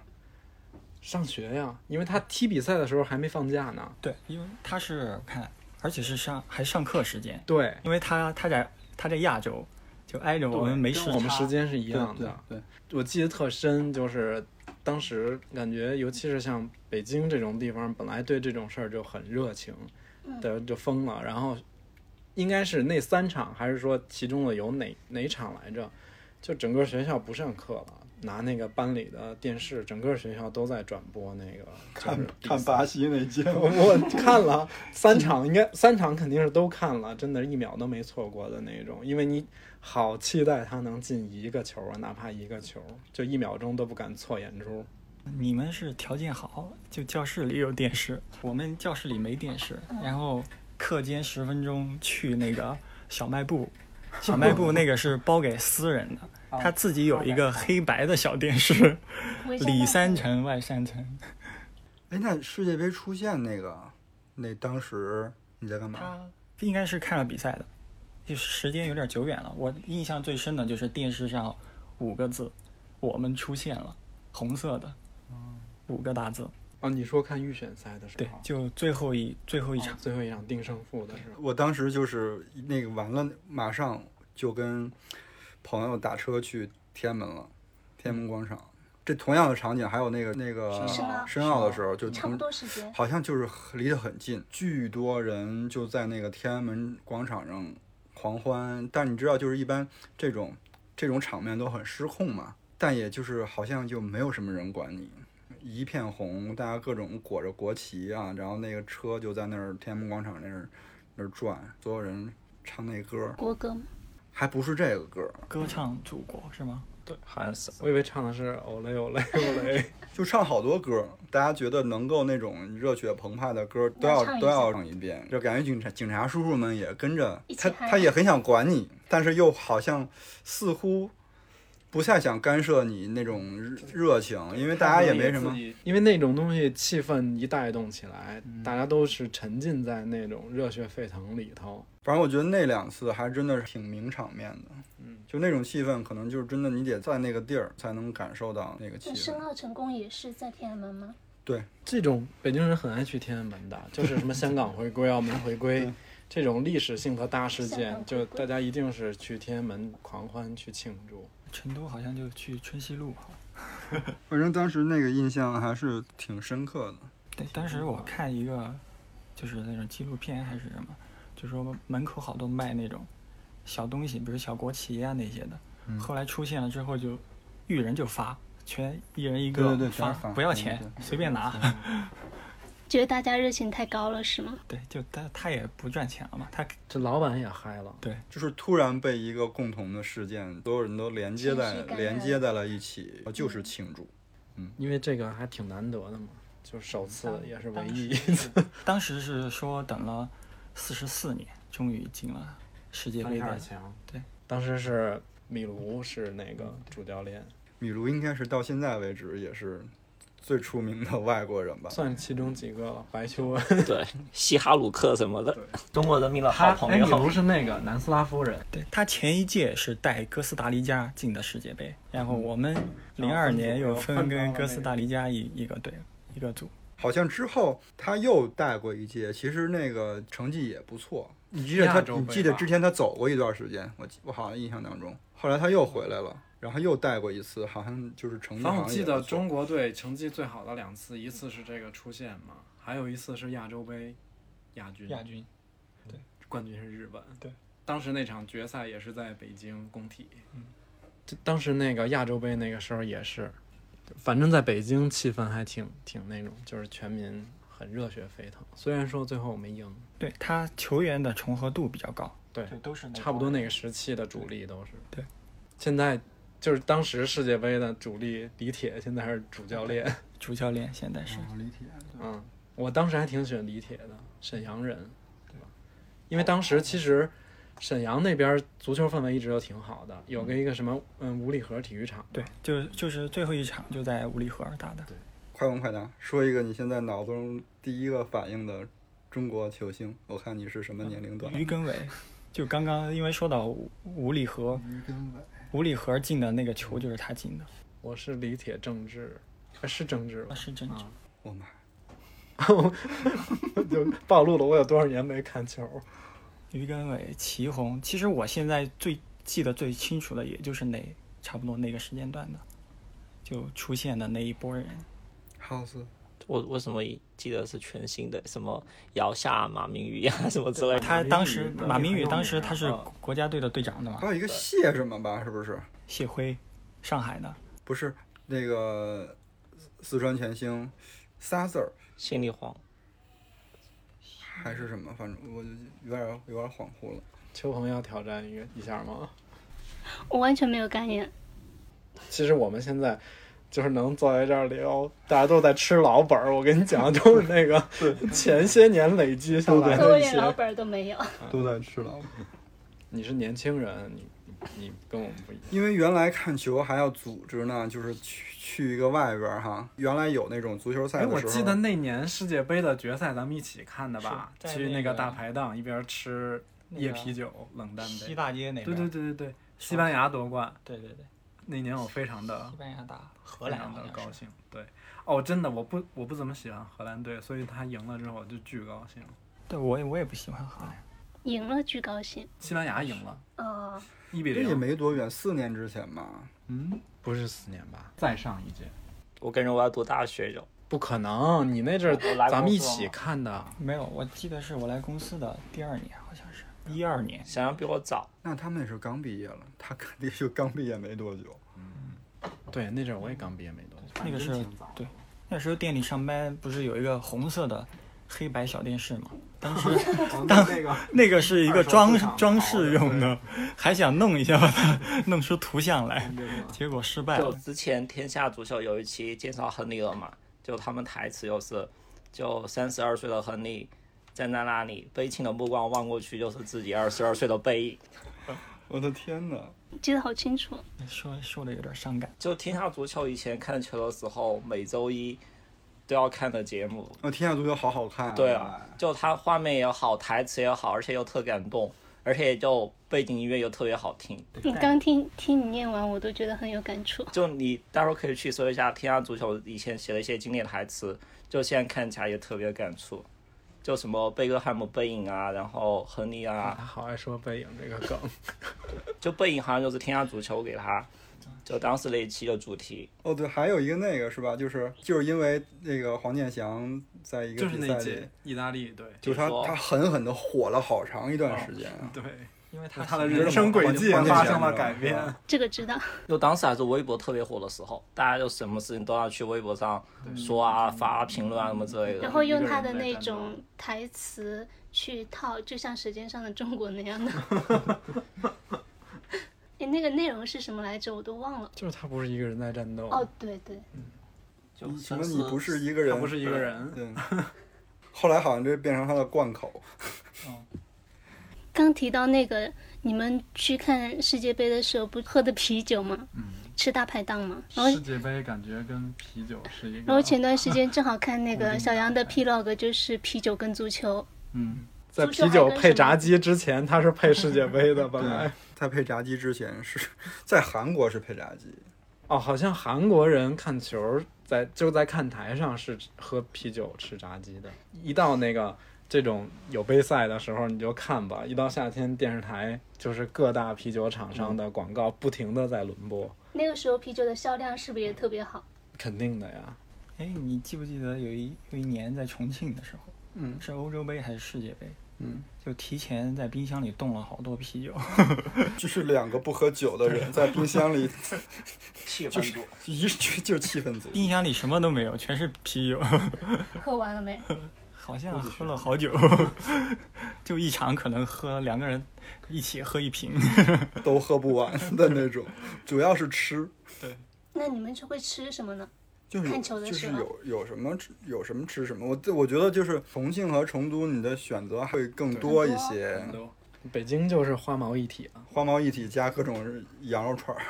[SPEAKER 2] 上学呀，因为他踢比赛的时候还没放假呢。
[SPEAKER 3] 对，因为它是我看而且是上还上课时间，
[SPEAKER 2] 对，
[SPEAKER 3] 因为他他在他在亚洲，就挨着我们没时
[SPEAKER 2] 我们
[SPEAKER 3] 差
[SPEAKER 2] 时间是一样的。
[SPEAKER 1] 对，
[SPEAKER 2] 我记得特深，就是当时感觉，尤其是像北京这种地方，本来对这种事儿就很热情，的就疯了。然后应该是那三场，还是说其中的有哪哪场来着？就整个学校不上课了，拿那个班里的电视，整个学校都在转播那个。
[SPEAKER 1] 看
[SPEAKER 2] 就是比赛
[SPEAKER 1] 看巴西那届，
[SPEAKER 2] 我我看了三场，应该三场肯定是都看了，真的，一秒都没错过的那种。因为你好期待他能进一个球啊，哪怕一个球，就一秒钟都不敢错眼珠。
[SPEAKER 3] 你们是条件好，就教室里有电视，我们教室里没电视。然后课间十分钟去那个小卖部，小卖部那个是包给私人的，他自己有一个黑白的小电视，
[SPEAKER 5] 哦
[SPEAKER 3] 里三层外三层。
[SPEAKER 1] 哎，那世界杯出现那个，那当时你在干嘛？
[SPEAKER 3] 他应该是看了比赛的，就是时间有点久远了。我印象最深的就是电视上五个字“我们出现了”，红色的，五个大字。
[SPEAKER 2] 哦，你说看预选赛的时
[SPEAKER 3] 对
[SPEAKER 2] 候，，啊
[SPEAKER 3] 就最后一最后一场。
[SPEAKER 2] 最后一场定胜负的时候，
[SPEAKER 1] 我当时就是那个完了，马上就跟朋友打车去天安门了，天安门广场。这同样的场景，还有那个那个
[SPEAKER 8] 是吗
[SPEAKER 1] 申奥的时候，就
[SPEAKER 8] 差不
[SPEAKER 1] 同
[SPEAKER 8] 多时间，
[SPEAKER 1] 好像就是很离得很近，巨多人就在那个天安门广场上狂欢。但你知道，就是一般这种这种场面都很失控嘛，但也就是好像就没有什么人管你，一片红，大家各种裹着国旗啊，然后那个车就在那儿天安门广场那儿那儿转，所有人唱那歌，
[SPEAKER 5] 国歌吗？
[SPEAKER 1] 还不是这个歌，
[SPEAKER 3] 歌唱祖国是吗？
[SPEAKER 4] 好像是
[SPEAKER 2] 我以为唱的是欧嘞欧嘞欧嘞，
[SPEAKER 1] 就唱好多歌，大家觉得能够那种热血澎湃的歌都
[SPEAKER 8] 唱
[SPEAKER 1] 要
[SPEAKER 8] 一
[SPEAKER 1] 都要
[SPEAKER 8] 下
[SPEAKER 1] 唱一遍，就感觉警察警察叔叔们也跟着
[SPEAKER 8] 一起
[SPEAKER 1] 他，
[SPEAKER 8] 嗨
[SPEAKER 1] 他也很想管你，但是又好像似乎不太想干涉你那种热热情，因为大家也没什么。，
[SPEAKER 2] 因为那种东西气氛一带动起来，大家都是沉浸在那种热血沸腾里头。
[SPEAKER 1] 反正我觉得那两次还真的是挺名场面的，嗯，就那种气氛，可能就是真的你得在那个地儿才能感受到那个气
[SPEAKER 8] 那
[SPEAKER 1] 氛
[SPEAKER 8] 申。奥成功也是在天安门吗？
[SPEAKER 2] 这种北京人很爱去天安门 的，就是什么香港回归、澳门回归这种历史性的大事
[SPEAKER 8] 香
[SPEAKER 2] 件
[SPEAKER 8] 港，回
[SPEAKER 2] 就
[SPEAKER 8] 归
[SPEAKER 2] 大家一定是去天安门狂欢去庆祝。
[SPEAKER 3] 成都好像就去春熙路好。
[SPEAKER 1] 反正当时那个印象还是挺深刻的。
[SPEAKER 3] 对，当时我看一个，就是那种纪录片还是什么，就说门口好多卖那种小东西，比如小国旗啊那些的。
[SPEAKER 1] 嗯
[SPEAKER 3] 后来出现了之后就，遇人就发，全一人一
[SPEAKER 1] 对
[SPEAKER 3] 个
[SPEAKER 1] 对对全
[SPEAKER 3] 发，
[SPEAKER 1] 是发
[SPEAKER 3] 不要
[SPEAKER 1] 对对
[SPEAKER 3] 钱，
[SPEAKER 1] 对
[SPEAKER 3] 随便拿。
[SPEAKER 5] 觉得大家热情太高了是吗？
[SPEAKER 3] 对，就他他也不赚钱了嘛，他
[SPEAKER 2] 这老板也嗨了，
[SPEAKER 1] 就是突然被一个共同的事件，所有人都连接在
[SPEAKER 8] 情绪感染嗯
[SPEAKER 1] 连接在了一起，就是庆祝。
[SPEAKER 2] 因为这个还挺难得的嘛，就首次也是唯一一
[SPEAKER 3] 当
[SPEAKER 2] 次。
[SPEAKER 3] 当时是说等了四十四年，终于进了世界杯的。
[SPEAKER 2] 强，
[SPEAKER 3] 对，
[SPEAKER 2] 当时是米卢是那个主教练，
[SPEAKER 1] 米卢应该是到现在为止也是最出名的外国人吧？
[SPEAKER 2] 算其中几个了。白求 恩，
[SPEAKER 4] 对西哈鲁克什么的，中国人民的好
[SPEAKER 7] 他
[SPEAKER 4] 朋
[SPEAKER 7] 哎，你
[SPEAKER 4] 友
[SPEAKER 7] 不。是那个南斯拉夫人，
[SPEAKER 3] 对他前一届是带哥斯达黎加进的世界杯，然后我们零二年又分跟哥斯达黎加一一个队一个组。
[SPEAKER 1] 好像之后他又带过一届，其实那个成绩也不错。你记得他
[SPEAKER 7] 亚洲，杯
[SPEAKER 1] 你
[SPEAKER 7] 吧
[SPEAKER 1] 记得之前他走过一段时间，我记我好像印象当中，后来他又回来了，然后又带过一次，好像就是成绩
[SPEAKER 2] 反
[SPEAKER 1] 好像
[SPEAKER 2] 正我
[SPEAKER 1] 也
[SPEAKER 2] 记
[SPEAKER 1] 不
[SPEAKER 2] 得
[SPEAKER 1] 错
[SPEAKER 2] 中国队成绩最好的两次，一次是这个出线嘛，还有一次是亚洲杯亚军，
[SPEAKER 3] 军。
[SPEAKER 2] 冠军是日本。
[SPEAKER 3] 对，
[SPEAKER 2] 当时那场决赛也是在北京工体。嗯，当时那个亚洲杯那个时候也是，反正在北京气氛还挺挺那种，就是全民很热血沸腾。虽然说最后我没赢，
[SPEAKER 3] 对他球员的重合度比较高，
[SPEAKER 2] 对，
[SPEAKER 3] 都是
[SPEAKER 2] 差不多那个时期的主力都是。
[SPEAKER 3] 对，
[SPEAKER 2] 现在就是当时世界杯的主力李铁，现在是主教练。
[SPEAKER 3] 主教练，现在是
[SPEAKER 1] 哦
[SPEAKER 2] 嗯，我当时还挺喜欢李铁的，沈阳人，对吧？因为当时其实沈阳那边足球氛围一直都挺好的，有个一个什么嗯五里河体育场，
[SPEAKER 3] 对，就就是最后一场就在五里河尔打的。
[SPEAKER 1] 快问快答，说一个你现在脑中第一个反应的中国球星，我看你是什么年龄段？
[SPEAKER 3] 于根伟，就刚刚因为说到五五里河，五里河进的那个球就是他进的，
[SPEAKER 2] 我是李铁郑智，呃是郑智吧
[SPEAKER 3] 啊？是真
[SPEAKER 2] 啊
[SPEAKER 7] 嗯
[SPEAKER 3] 的。
[SPEAKER 1] 我妈，
[SPEAKER 2] 就暴露了我有多少年没看球。
[SPEAKER 3] 于根伟、祁宏，其实我现在最记得最清楚的，也就是那差不多那个时间段的，就出现的那一波人。
[SPEAKER 1] House，
[SPEAKER 4] 我为什么记得是全新的？什么姚夏、马明宇呀、什么之类的。
[SPEAKER 3] 他当
[SPEAKER 7] 马
[SPEAKER 3] 时
[SPEAKER 7] 明宇
[SPEAKER 3] 马明宇当时
[SPEAKER 7] 很有名嗯
[SPEAKER 3] 他是
[SPEAKER 7] 啊
[SPEAKER 3] 国家队的队长的嘛
[SPEAKER 1] 还，有一个谢什么吧，是不是？
[SPEAKER 3] 谢辉，上海的。
[SPEAKER 1] 不是那个四川前星，仨字儿
[SPEAKER 4] 心里慌，
[SPEAKER 1] 还是什么？反正我就有点有点恍惚了。
[SPEAKER 2] 邱鹏要挑战一个一下吗？
[SPEAKER 5] 我完全没有概念。
[SPEAKER 2] 其实我们现在就是能坐在这儿聊，大家都在吃老本儿。我跟你讲，都是 那个前些年累积下来
[SPEAKER 5] 可我
[SPEAKER 2] 的一
[SPEAKER 5] 连老
[SPEAKER 2] 些。
[SPEAKER 5] 本儿都没有。
[SPEAKER 1] 都在吃了，
[SPEAKER 2] 你是年轻人，你你跟我们不一样。
[SPEAKER 1] 因为原来看球还要组织呢，就是去去一个外边儿哈。原来有那种足球赛
[SPEAKER 7] 哎，
[SPEAKER 1] 的时候，
[SPEAKER 7] 我记得那年世界杯的决赛咱们一起看的吧？
[SPEAKER 3] 是在
[SPEAKER 7] 去
[SPEAKER 3] 那
[SPEAKER 7] 那个
[SPEAKER 3] 个
[SPEAKER 7] 大排档一边吃
[SPEAKER 3] 那
[SPEAKER 7] 夜
[SPEAKER 3] 个
[SPEAKER 7] 啤酒、冷淡
[SPEAKER 3] 西
[SPEAKER 7] 杯。
[SPEAKER 3] 大街那
[SPEAKER 7] 对
[SPEAKER 3] 边。
[SPEAKER 7] 对对对对，西班牙夺冠
[SPEAKER 3] 对对对，
[SPEAKER 7] 那年我非常的
[SPEAKER 3] 西班牙打荷
[SPEAKER 7] 非
[SPEAKER 3] 兰
[SPEAKER 7] 常
[SPEAKER 3] 好
[SPEAKER 7] 的
[SPEAKER 3] 像
[SPEAKER 7] 高
[SPEAKER 3] 是。
[SPEAKER 7] 兴。对，哦，真的我不我不怎么喜欢荷兰队，所以他赢了之后我就巨高兴。
[SPEAKER 3] 对，我也我也不喜欢荷兰。
[SPEAKER 5] 赢了巨高兴。
[SPEAKER 7] 西班牙赢了，
[SPEAKER 5] 哦，
[SPEAKER 7] 一比
[SPEAKER 1] 这也
[SPEAKER 7] 零。
[SPEAKER 1] 没多远，四年之前吧。
[SPEAKER 7] 嗯，
[SPEAKER 2] 不是四年吧？
[SPEAKER 7] 再上一届。
[SPEAKER 4] 我感觉我要读大学就。
[SPEAKER 2] 不可能，你那阵
[SPEAKER 4] 我来
[SPEAKER 2] 儿咱们一
[SPEAKER 4] 工作
[SPEAKER 2] 起
[SPEAKER 4] 嘛
[SPEAKER 2] 看的。
[SPEAKER 3] 没有，我记得是我来公司的第二年，好像是一二年。
[SPEAKER 4] 想要比我早，
[SPEAKER 1] 那他们也是刚毕业了，他肯定就刚毕业没多久。
[SPEAKER 2] 对，那阵儿我也刚毕业没多久。
[SPEAKER 7] 嗯
[SPEAKER 3] 那个是对，那时候店里上班不是有一个红色的黑白小 电视吗？当时
[SPEAKER 7] 当那个
[SPEAKER 3] 那个是一个装
[SPEAKER 7] 二手市场
[SPEAKER 3] 装饰用的，还想弄一下把它弄出图像 来，结果失败
[SPEAKER 4] 就
[SPEAKER 3] 了。
[SPEAKER 4] 之前《天下足球》有一期介绍亨利尔嘛，就他们台词就是，就三十二岁的亨利站在那里，悲情的目光望过去，就是自己二十二岁的背影。
[SPEAKER 1] 我的天哪！
[SPEAKER 5] 记得好清楚。
[SPEAKER 3] 说说的有点伤感。
[SPEAKER 4] 就天下足球以前看球的时候，每周一都要看的节目，
[SPEAKER 1] 哦，天下足球好好看、
[SPEAKER 4] 对啊，就它画面也好，台词也好，而且又特感动，而且就背景音乐又特别好听。
[SPEAKER 5] 你刚听听你念完，我都觉得很有感触。
[SPEAKER 4] 就你到时候可以去搜一下《天下足球》以前写的一些经典台词，就现在看起来也特别感触。就什么贝克汉姆背影啊，然后亨利
[SPEAKER 2] 他
[SPEAKER 4] 啊，
[SPEAKER 2] 好爱说背影这个梗。
[SPEAKER 4] 就背影好像就是天下足球给他，就当时那一期的主题。
[SPEAKER 1] 哦，对，还有一个那个是吧？就是就是因为那个黄健翔在一个
[SPEAKER 7] 就是
[SPEAKER 1] 比
[SPEAKER 7] 那
[SPEAKER 1] 赛里
[SPEAKER 7] 届，意大利队。
[SPEAKER 1] 就是他
[SPEAKER 4] 说
[SPEAKER 1] 他狠狠的火了好长一段时间啊。
[SPEAKER 7] 对，
[SPEAKER 3] 因为他
[SPEAKER 7] 他的
[SPEAKER 3] 是
[SPEAKER 7] 人生轨迹
[SPEAKER 1] 关键
[SPEAKER 7] 发
[SPEAKER 1] 选
[SPEAKER 7] 生了
[SPEAKER 1] 手
[SPEAKER 7] 改
[SPEAKER 1] 是
[SPEAKER 7] 变。
[SPEAKER 1] 吧
[SPEAKER 5] 这个知道，
[SPEAKER 4] 就当时还是微博特别火的时候，大家就什么事情都要去微博上说啊、发啊、评论啊什么之类的
[SPEAKER 5] 然。后用他的那种台词去套，就像《舌尖上的中国》那样的。 哎，那个内容是什么来着？我都忘了。
[SPEAKER 2] 就是他不是一个人在战斗。
[SPEAKER 5] 哦，对对，
[SPEAKER 4] 就
[SPEAKER 1] 你请
[SPEAKER 4] 深
[SPEAKER 1] 问
[SPEAKER 4] 思
[SPEAKER 1] 你不是一个人？
[SPEAKER 7] 他不是一个人
[SPEAKER 1] 对。 后来好像这变成他的贯口。
[SPEAKER 5] 刚提到那个，你们去看世界杯的时候不喝的啤酒吗？吃大排档吗？然后
[SPEAKER 7] 世界杯感觉跟啤酒是一个。
[SPEAKER 5] 然后前段时 间正好看那
[SPEAKER 7] 固定
[SPEAKER 5] 个
[SPEAKER 7] 的
[SPEAKER 5] 小杨的 Plog，就是啤酒跟足球。
[SPEAKER 7] 嗯，
[SPEAKER 2] 在啤酒配炸鸡之前，他是配世界杯 的，本来。
[SPEAKER 1] 在配炸鸡之前是 在韩国是配炸鸡，
[SPEAKER 2] 哦，好像韩国人看球在就在看台上是喝啤酒吃炸鸡的。一到那个这种有杯赛的时候，你就看吧。一到夏天，电视台就是各大啤酒厂商的广告不停的在轮播，
[SPEAKER 5] 那个时候啤酒的销量是不是也特别好？
[SPEAKER 2] 肯定的呀。
[SPEAKER 3] 哎，你记不记得有一有一年在重庆的时候，
[SPEAKER 2] 嗯，
[SPEAKER 3] 是欧洲杯还是世界杯？
[SPEAKER 2] 嗯，
[SPEAKER 3] 就提前在冰箱里冻了好多啤酒，
[SPEAKER 1] 就是两个不喝酒的人在冰箱里
[SPEAKER 4] 气
[SPEAKER 1] 就
[SPEAKER 4] 氛
[SPEAKER 1] 是
[SPEAKER 4] 组。
[SPEAKER 1] 一就就是气氛组。
[SPEAKER 3] 冰箱里什么都没有，全是啤 酒，
[SPEAKER 5] 喝完了没？
[SPEAKER 3] 好像喝了好久， 就一场可能喝两个人一起喝一瓶。
[SPEAKER 1] 都喝不完的那种，主要是吃，
[SPEAKER 5] 那你们就会吃什么呢？
[SPEAKER 1] 就是有
[SPEAKER 5] 看球的
[SPEAKER 1] 就
[SPEAKER 5] 时
[SPEAKER 1] 是
[SPEAKER 5] 候
[SPEAKER 1] 有有什么吃有什么吃什么。我我觉得就是重庆和成都，你的选择会更多一些，
[SPEAKER 2] 北京就是花毛一体了
[SPEAKER 1] 花毛一体加各种羊肉串儿。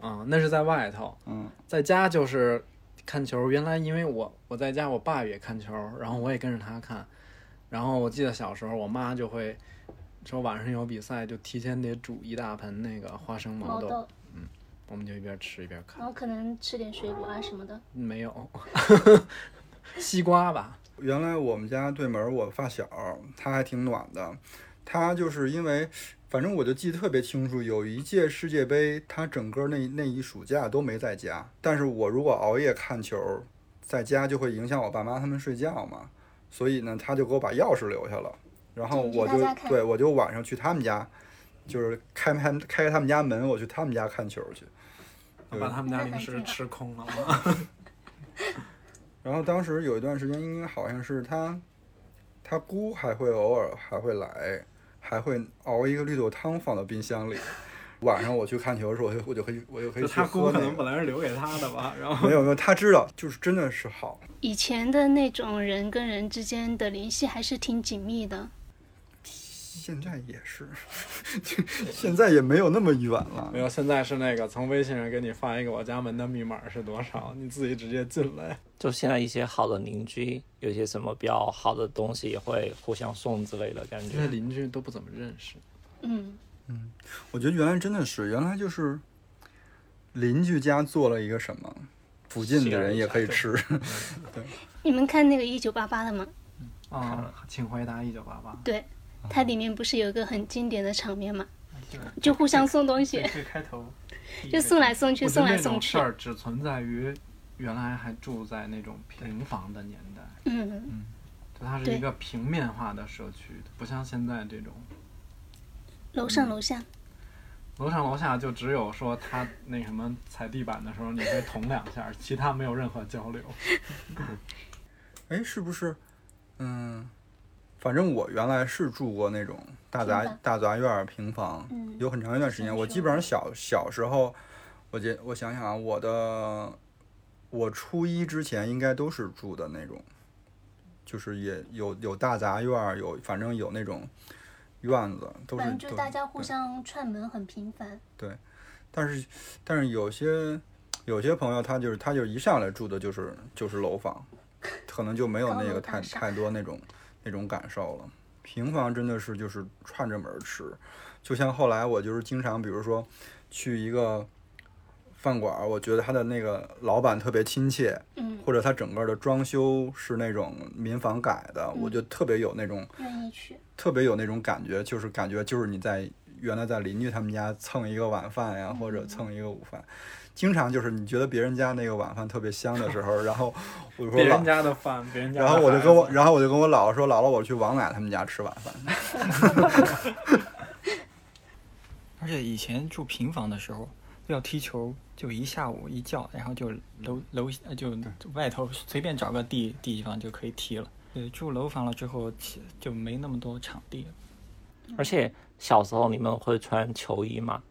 [SPEAKER 2] 啊、那是在外头。
[SPEAKER 1] 嗯，
[SPEAKER 2] 在家就是看球，原来因为我我在家，我爸也看球，然后我也跟着他看。然后我记得小时候，我妈就会说晚上有比赛，就提前得煮一大盆那个花生毛
[SPEAKER 5] 毛
[SPEAKER 2] 豆，
[SPEAKER 5] 豆，哦
[SPEAKER 2] 我们就一边吃一边看
[SPEAKER 5] 然。后可能吃点水果啊什么的。
[SPEAKER 2] 没有，西瓜吧，
[SPEAKER 1] 原来我们家对门我发小，他还挺暖的，他就是因为。反正我就记得特别清楚，有一届世界杯，他整个那那一暑假都没在家。但是我如果熬夜看球，在家就会影响我爸妈他们睡觉嘛，所以呢，他就给我把钥匙留下了，然后我就
[SPEAKER 8] 你去他家看
[SPEAKER 1] 对我就晚上去他们家，就是开他们开他们家门，我去他们家看球去。对
[SPEAKER 7] 把他们家
[SPEAKER 8] 那
[SPEAKER 7] 零
[SPEAKER 8] 还
[SPEAKER 7] 食
[SPEAKER 8] 挺
[SPEAKER 7] 吃空了吗？
[SPEAKER 1] 然后当时有一段时间，应该好像是他，他姑还会偶尔还会来，还会熬一个绿豆汤放到冰箱里。晚上我去看球的时候，我就我就可以我就可以
[SPEAKER 7] 就
[SPEAKER 1] 去
[SPEAKER 7] 他
[SPEAKER 1] 喝
[SPEAKER 7] 姑可
[SPEAKER 1] 那
[SPEAKER 7] 能
[SPEAKER 1] 个。
[SPEAKER 7] 本来是留给他的吧，然后
[SPEAKER 1] 没有没有，他知道，就是真的是好。
[SPEAKER 5] 以前的那种人跟人之间的联系还是挺紧密的。
[SPEAKER 1] 现在也是， 现在也没有那么远了
[SPEAKER 2] 没。有，现在是那个从微信上给你发一个我家门的密码是多少，你自己直接进来。
[SPEAKER 4] 就现在一些好的邻居，有些什么比较好的东西也会互相送之类的感
[SPEAKER 2] 现在
[SPEAKER 4] 觉。
[SPEAKER 2] 邻居都不怎么认识，
[SPEAKER 5] 嗯，
[SPEAKER 1] 我觉得原来真的是，原来就是邻居家做了一个什么，附近的人也可以吃。
[SPEAKER 5] 你们看那个一九八八了吗？哦
[SPEAKER 7] 啊，请回答一九八八。
[SPEAKER 5] 对，它里面不是有一个很经典的场面吗？就互相送东西，
[SPEAKER 7] 最开头，
[SPEAKER 5] 就送来送去，
[SPEAKER 7] 我觉
[SPEAKER 5] 送
[SPEAKER 7] 得
[SPEAKER 5] 来
[SPEAKER 7] 那
[SPEAKER 5] 送
[SPEAKER 7] 种
[SPEAKER 5] 去
[SPEAKER 7] 事。儿只存在于原来还住在那种平房的年代，
[SPEAKER 5] 嗯，
[SPEAKER 7] 就它是
[SPEAKER 5] 对
[SPEAKER 7] 一个平面化的社区，不像现在这种
[SPEAKER 5] 楼上楼下，
[SPEAKER 7] 楼上楼下就只有说他那什么踩地板的时候你会捅两下，其他没有任何交流。
[SPEAKER 1] 哎，是不是？嗯，反正我原来是住过那种大杂
[SPEAKER 8] 平房
[SPEAKER 1] 大杂院儿平房，
[SPEAKER 8] 嗯
[SPEAKER 1] 有很长一段时间。
[SPEAKER 8] 听
[SPEAKER 1] 我
[SPEAKER 8] 说
[SPEAKER 1] 基本上小小时候，我觉我想想啊，我的我初一之前应该都是住的那种，就是也有有大杂院儿，有反正有那种院子，都是
[SPEAKER 8] 反正就
[SPEAKER 1] 都
[SPEAKER 8] 大家互
[SPEAKER 1] 对
[SPEAKER 8] 相串门很频繁，
[SPEAKER 1] 但是但是有些有些朋友他就是他就一上来住的就是就是楼房，可能就没有
[SPEAKER 8] 高
[SPEAKER 1] 那
[SPEAKER 8] 楼
[SPEAKER 1] 个
[SPEAKER 8] 大
[SPEAKER 1] 太
[SPEAKER 8] 厦
[SPEAKER 1] 太多那种那种感受了。平房真的是就是串着门儿吃，就像后来我就是经常比如说去一个饭馆儿，我觉得他的那个老板特别亲切，
[SPEAKER 8] 嗯，
[SPEAKER 1] 或者他整个的装修是那种民房改的，
[SPEAKER 8] 嗯
[SPEAKER 1] 我就特别有那种
[SPEAKER 8] 愿意去。
[SPEAKER 1] 特别有那种感觉，就是感觉就是你在原来在邻居他们家蹭一个晚饭呀，或者蹭一个午饭，经常就是你觉得别人家那个晚饭特别香的时候，然后我就说
[SPEAKER 2] 别
[SPEAKER 1] 老
[SPEAKER 2] 人，家的饭，别人家的
[SPEAKER 1] 然
[SPEAKER 2] 孩
[SPEAKER 1] 后
[SPEAKER 2] 子。
[SPEAKER 1] 我就跟我，然后我就跟我姥姥说，姥姥我去王奶他们家吃晚饭。
[SPEAKER 3] 而且以前住平房的时候，要踢球就一下午一觉，然后就楼楼呃就外头随便找个地地方就可以踢了。对，住楼房了之后其就没那么多场地了。
[SPEAKER 4] 而且小时候你们会穿球衣吗？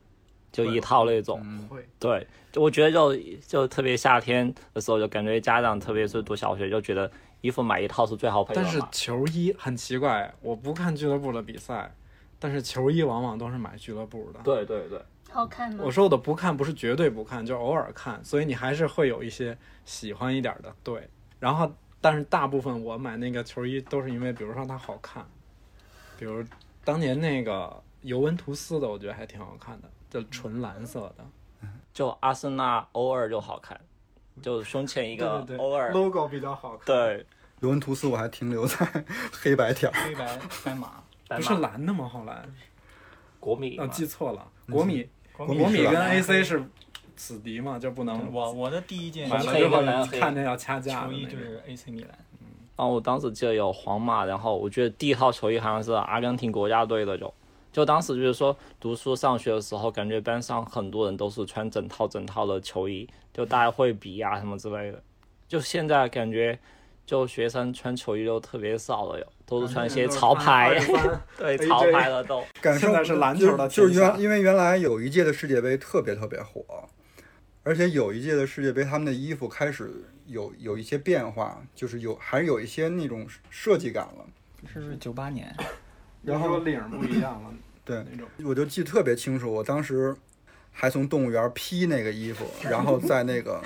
[SPEAKER 4] 就一套那
[SPEAKER 2] 哦
[SPEAKER 4] 种，
[SPEAKER 1] 嗯
[SPEAKER 7] 会，
[SPEAKER 4] 对，就我觉得就就特别夏天的时候，就感觉家长，特别是读小学，就觉得衣服买一套是最好配的
[SPEAKER 2] 但是
[SPEAKER 4] 嘛。
[SPEAKER 2] 球衣很奇怪，我不看俱乐部的比赛，但是球衣往往都是买俱乐部的。
[SPEAKER 4] 对对对，
[SPEAKER 8] 好
[SPEAKER 7] 嗯
[SPEAKER 8] 看吗
[SPEAKER 2] 我？说我的不看不是绝对不看，就偶尔看，所以你还是会有一些喜欢一点的对。然后，但是大部分我买那个球衣都是因为，比如说它好看，比如当年那个尤文图斯的，我觉得还挺好看的，就纯蓝色的。
[SPEAKER 4] 就阿森纳偶尔就好看，就胸前一个
[SPEAKER 7] 对对对
[SPEAKER 4] 偶尔，
[SPEAKER 7] logo 比较好看，
[SPEAKER 4] 对，
[SPEAKER 1] 尤文图斯我还停留在 黑白条，
[SPEAKER 3] 黑白斑马，
[SPEAKER 4] 白
[SPEAKER 2] 不
[SPEAKER 4] 马
[SPEAKER 2] 是蓝的吗？后来
[SPEAKER 4] 国米
[SPEAKER 2] 啊，
[SPEAKER 4] 嘛，
[SPEAKER 2] 记错了，国米
[SPEAKER 3] 国
[SPEAKER 1] 米
[SPEAKER 2] 国米
[SPEAKER 1] 是蓝
[SPEAKER 2] 跟 AC 是死敌嘛，就不能
[SPEAKER 3] 我我的第一件
[SPEAKER 2] 买了
[SPEAKER 4] 黑
[SPEAKER 2] 之
[SPEAKER 4] 跟
[SPEAKER 2] 后
[SPEAKER 4] 蓝
[SPEAKER 2] 你看着要掐架
[SPEAKER 3] 球
[SPEAKER 2] 的
[SPEAKER 3] 衣
[SPEAKER 2] 那
[SPEAKER 3] 就
[SPEAKER 2] 种。
[SPEAKER 3] 是 AC 米兰，
[SPEAKER 4] 啊，我当时记得有皇马，然后我觉得第一套球衣好像是阿根廷国家队的就。就当时就是说，读书上学的时候，感觉班上很多人都是穿整套整套的球衣，就大家会比啊什么之类的。就现在感觉，就学生穿球衣都特别少了，有都是穿一些潮
[SPEAKER 2] 啊
[SPEAKER 4] 牌， 对
[SPEAKER 2] 哎
[SPEAKER 4] 潮
[SPEAKER 2] 这
[SPEAKER 4] 牌的都。
[SPEAKER 1] 感受
[SPEAKER 2] 现在是篮球的
[SPEAKER 1] 就是就是
[SPEAKER 2] 天下
[SPEAKER 1] 原因为原来有一届的世界杯特别特别火，而且有一届的世界杯他们的衣服开始有有一些变化，就是有还是有一些那种设计感了。
[SPEAKER 3] 是不是九八年？
[SPEAKER 1] 然后
[SPEAKER 7] 说领儿不一样了，
[SPEAKER 1] 对
[SPEAKER 7] 那种
[SPEAKER 1] 我就记得特别清楚，我当时还从动物园批那个衣服，然后在那个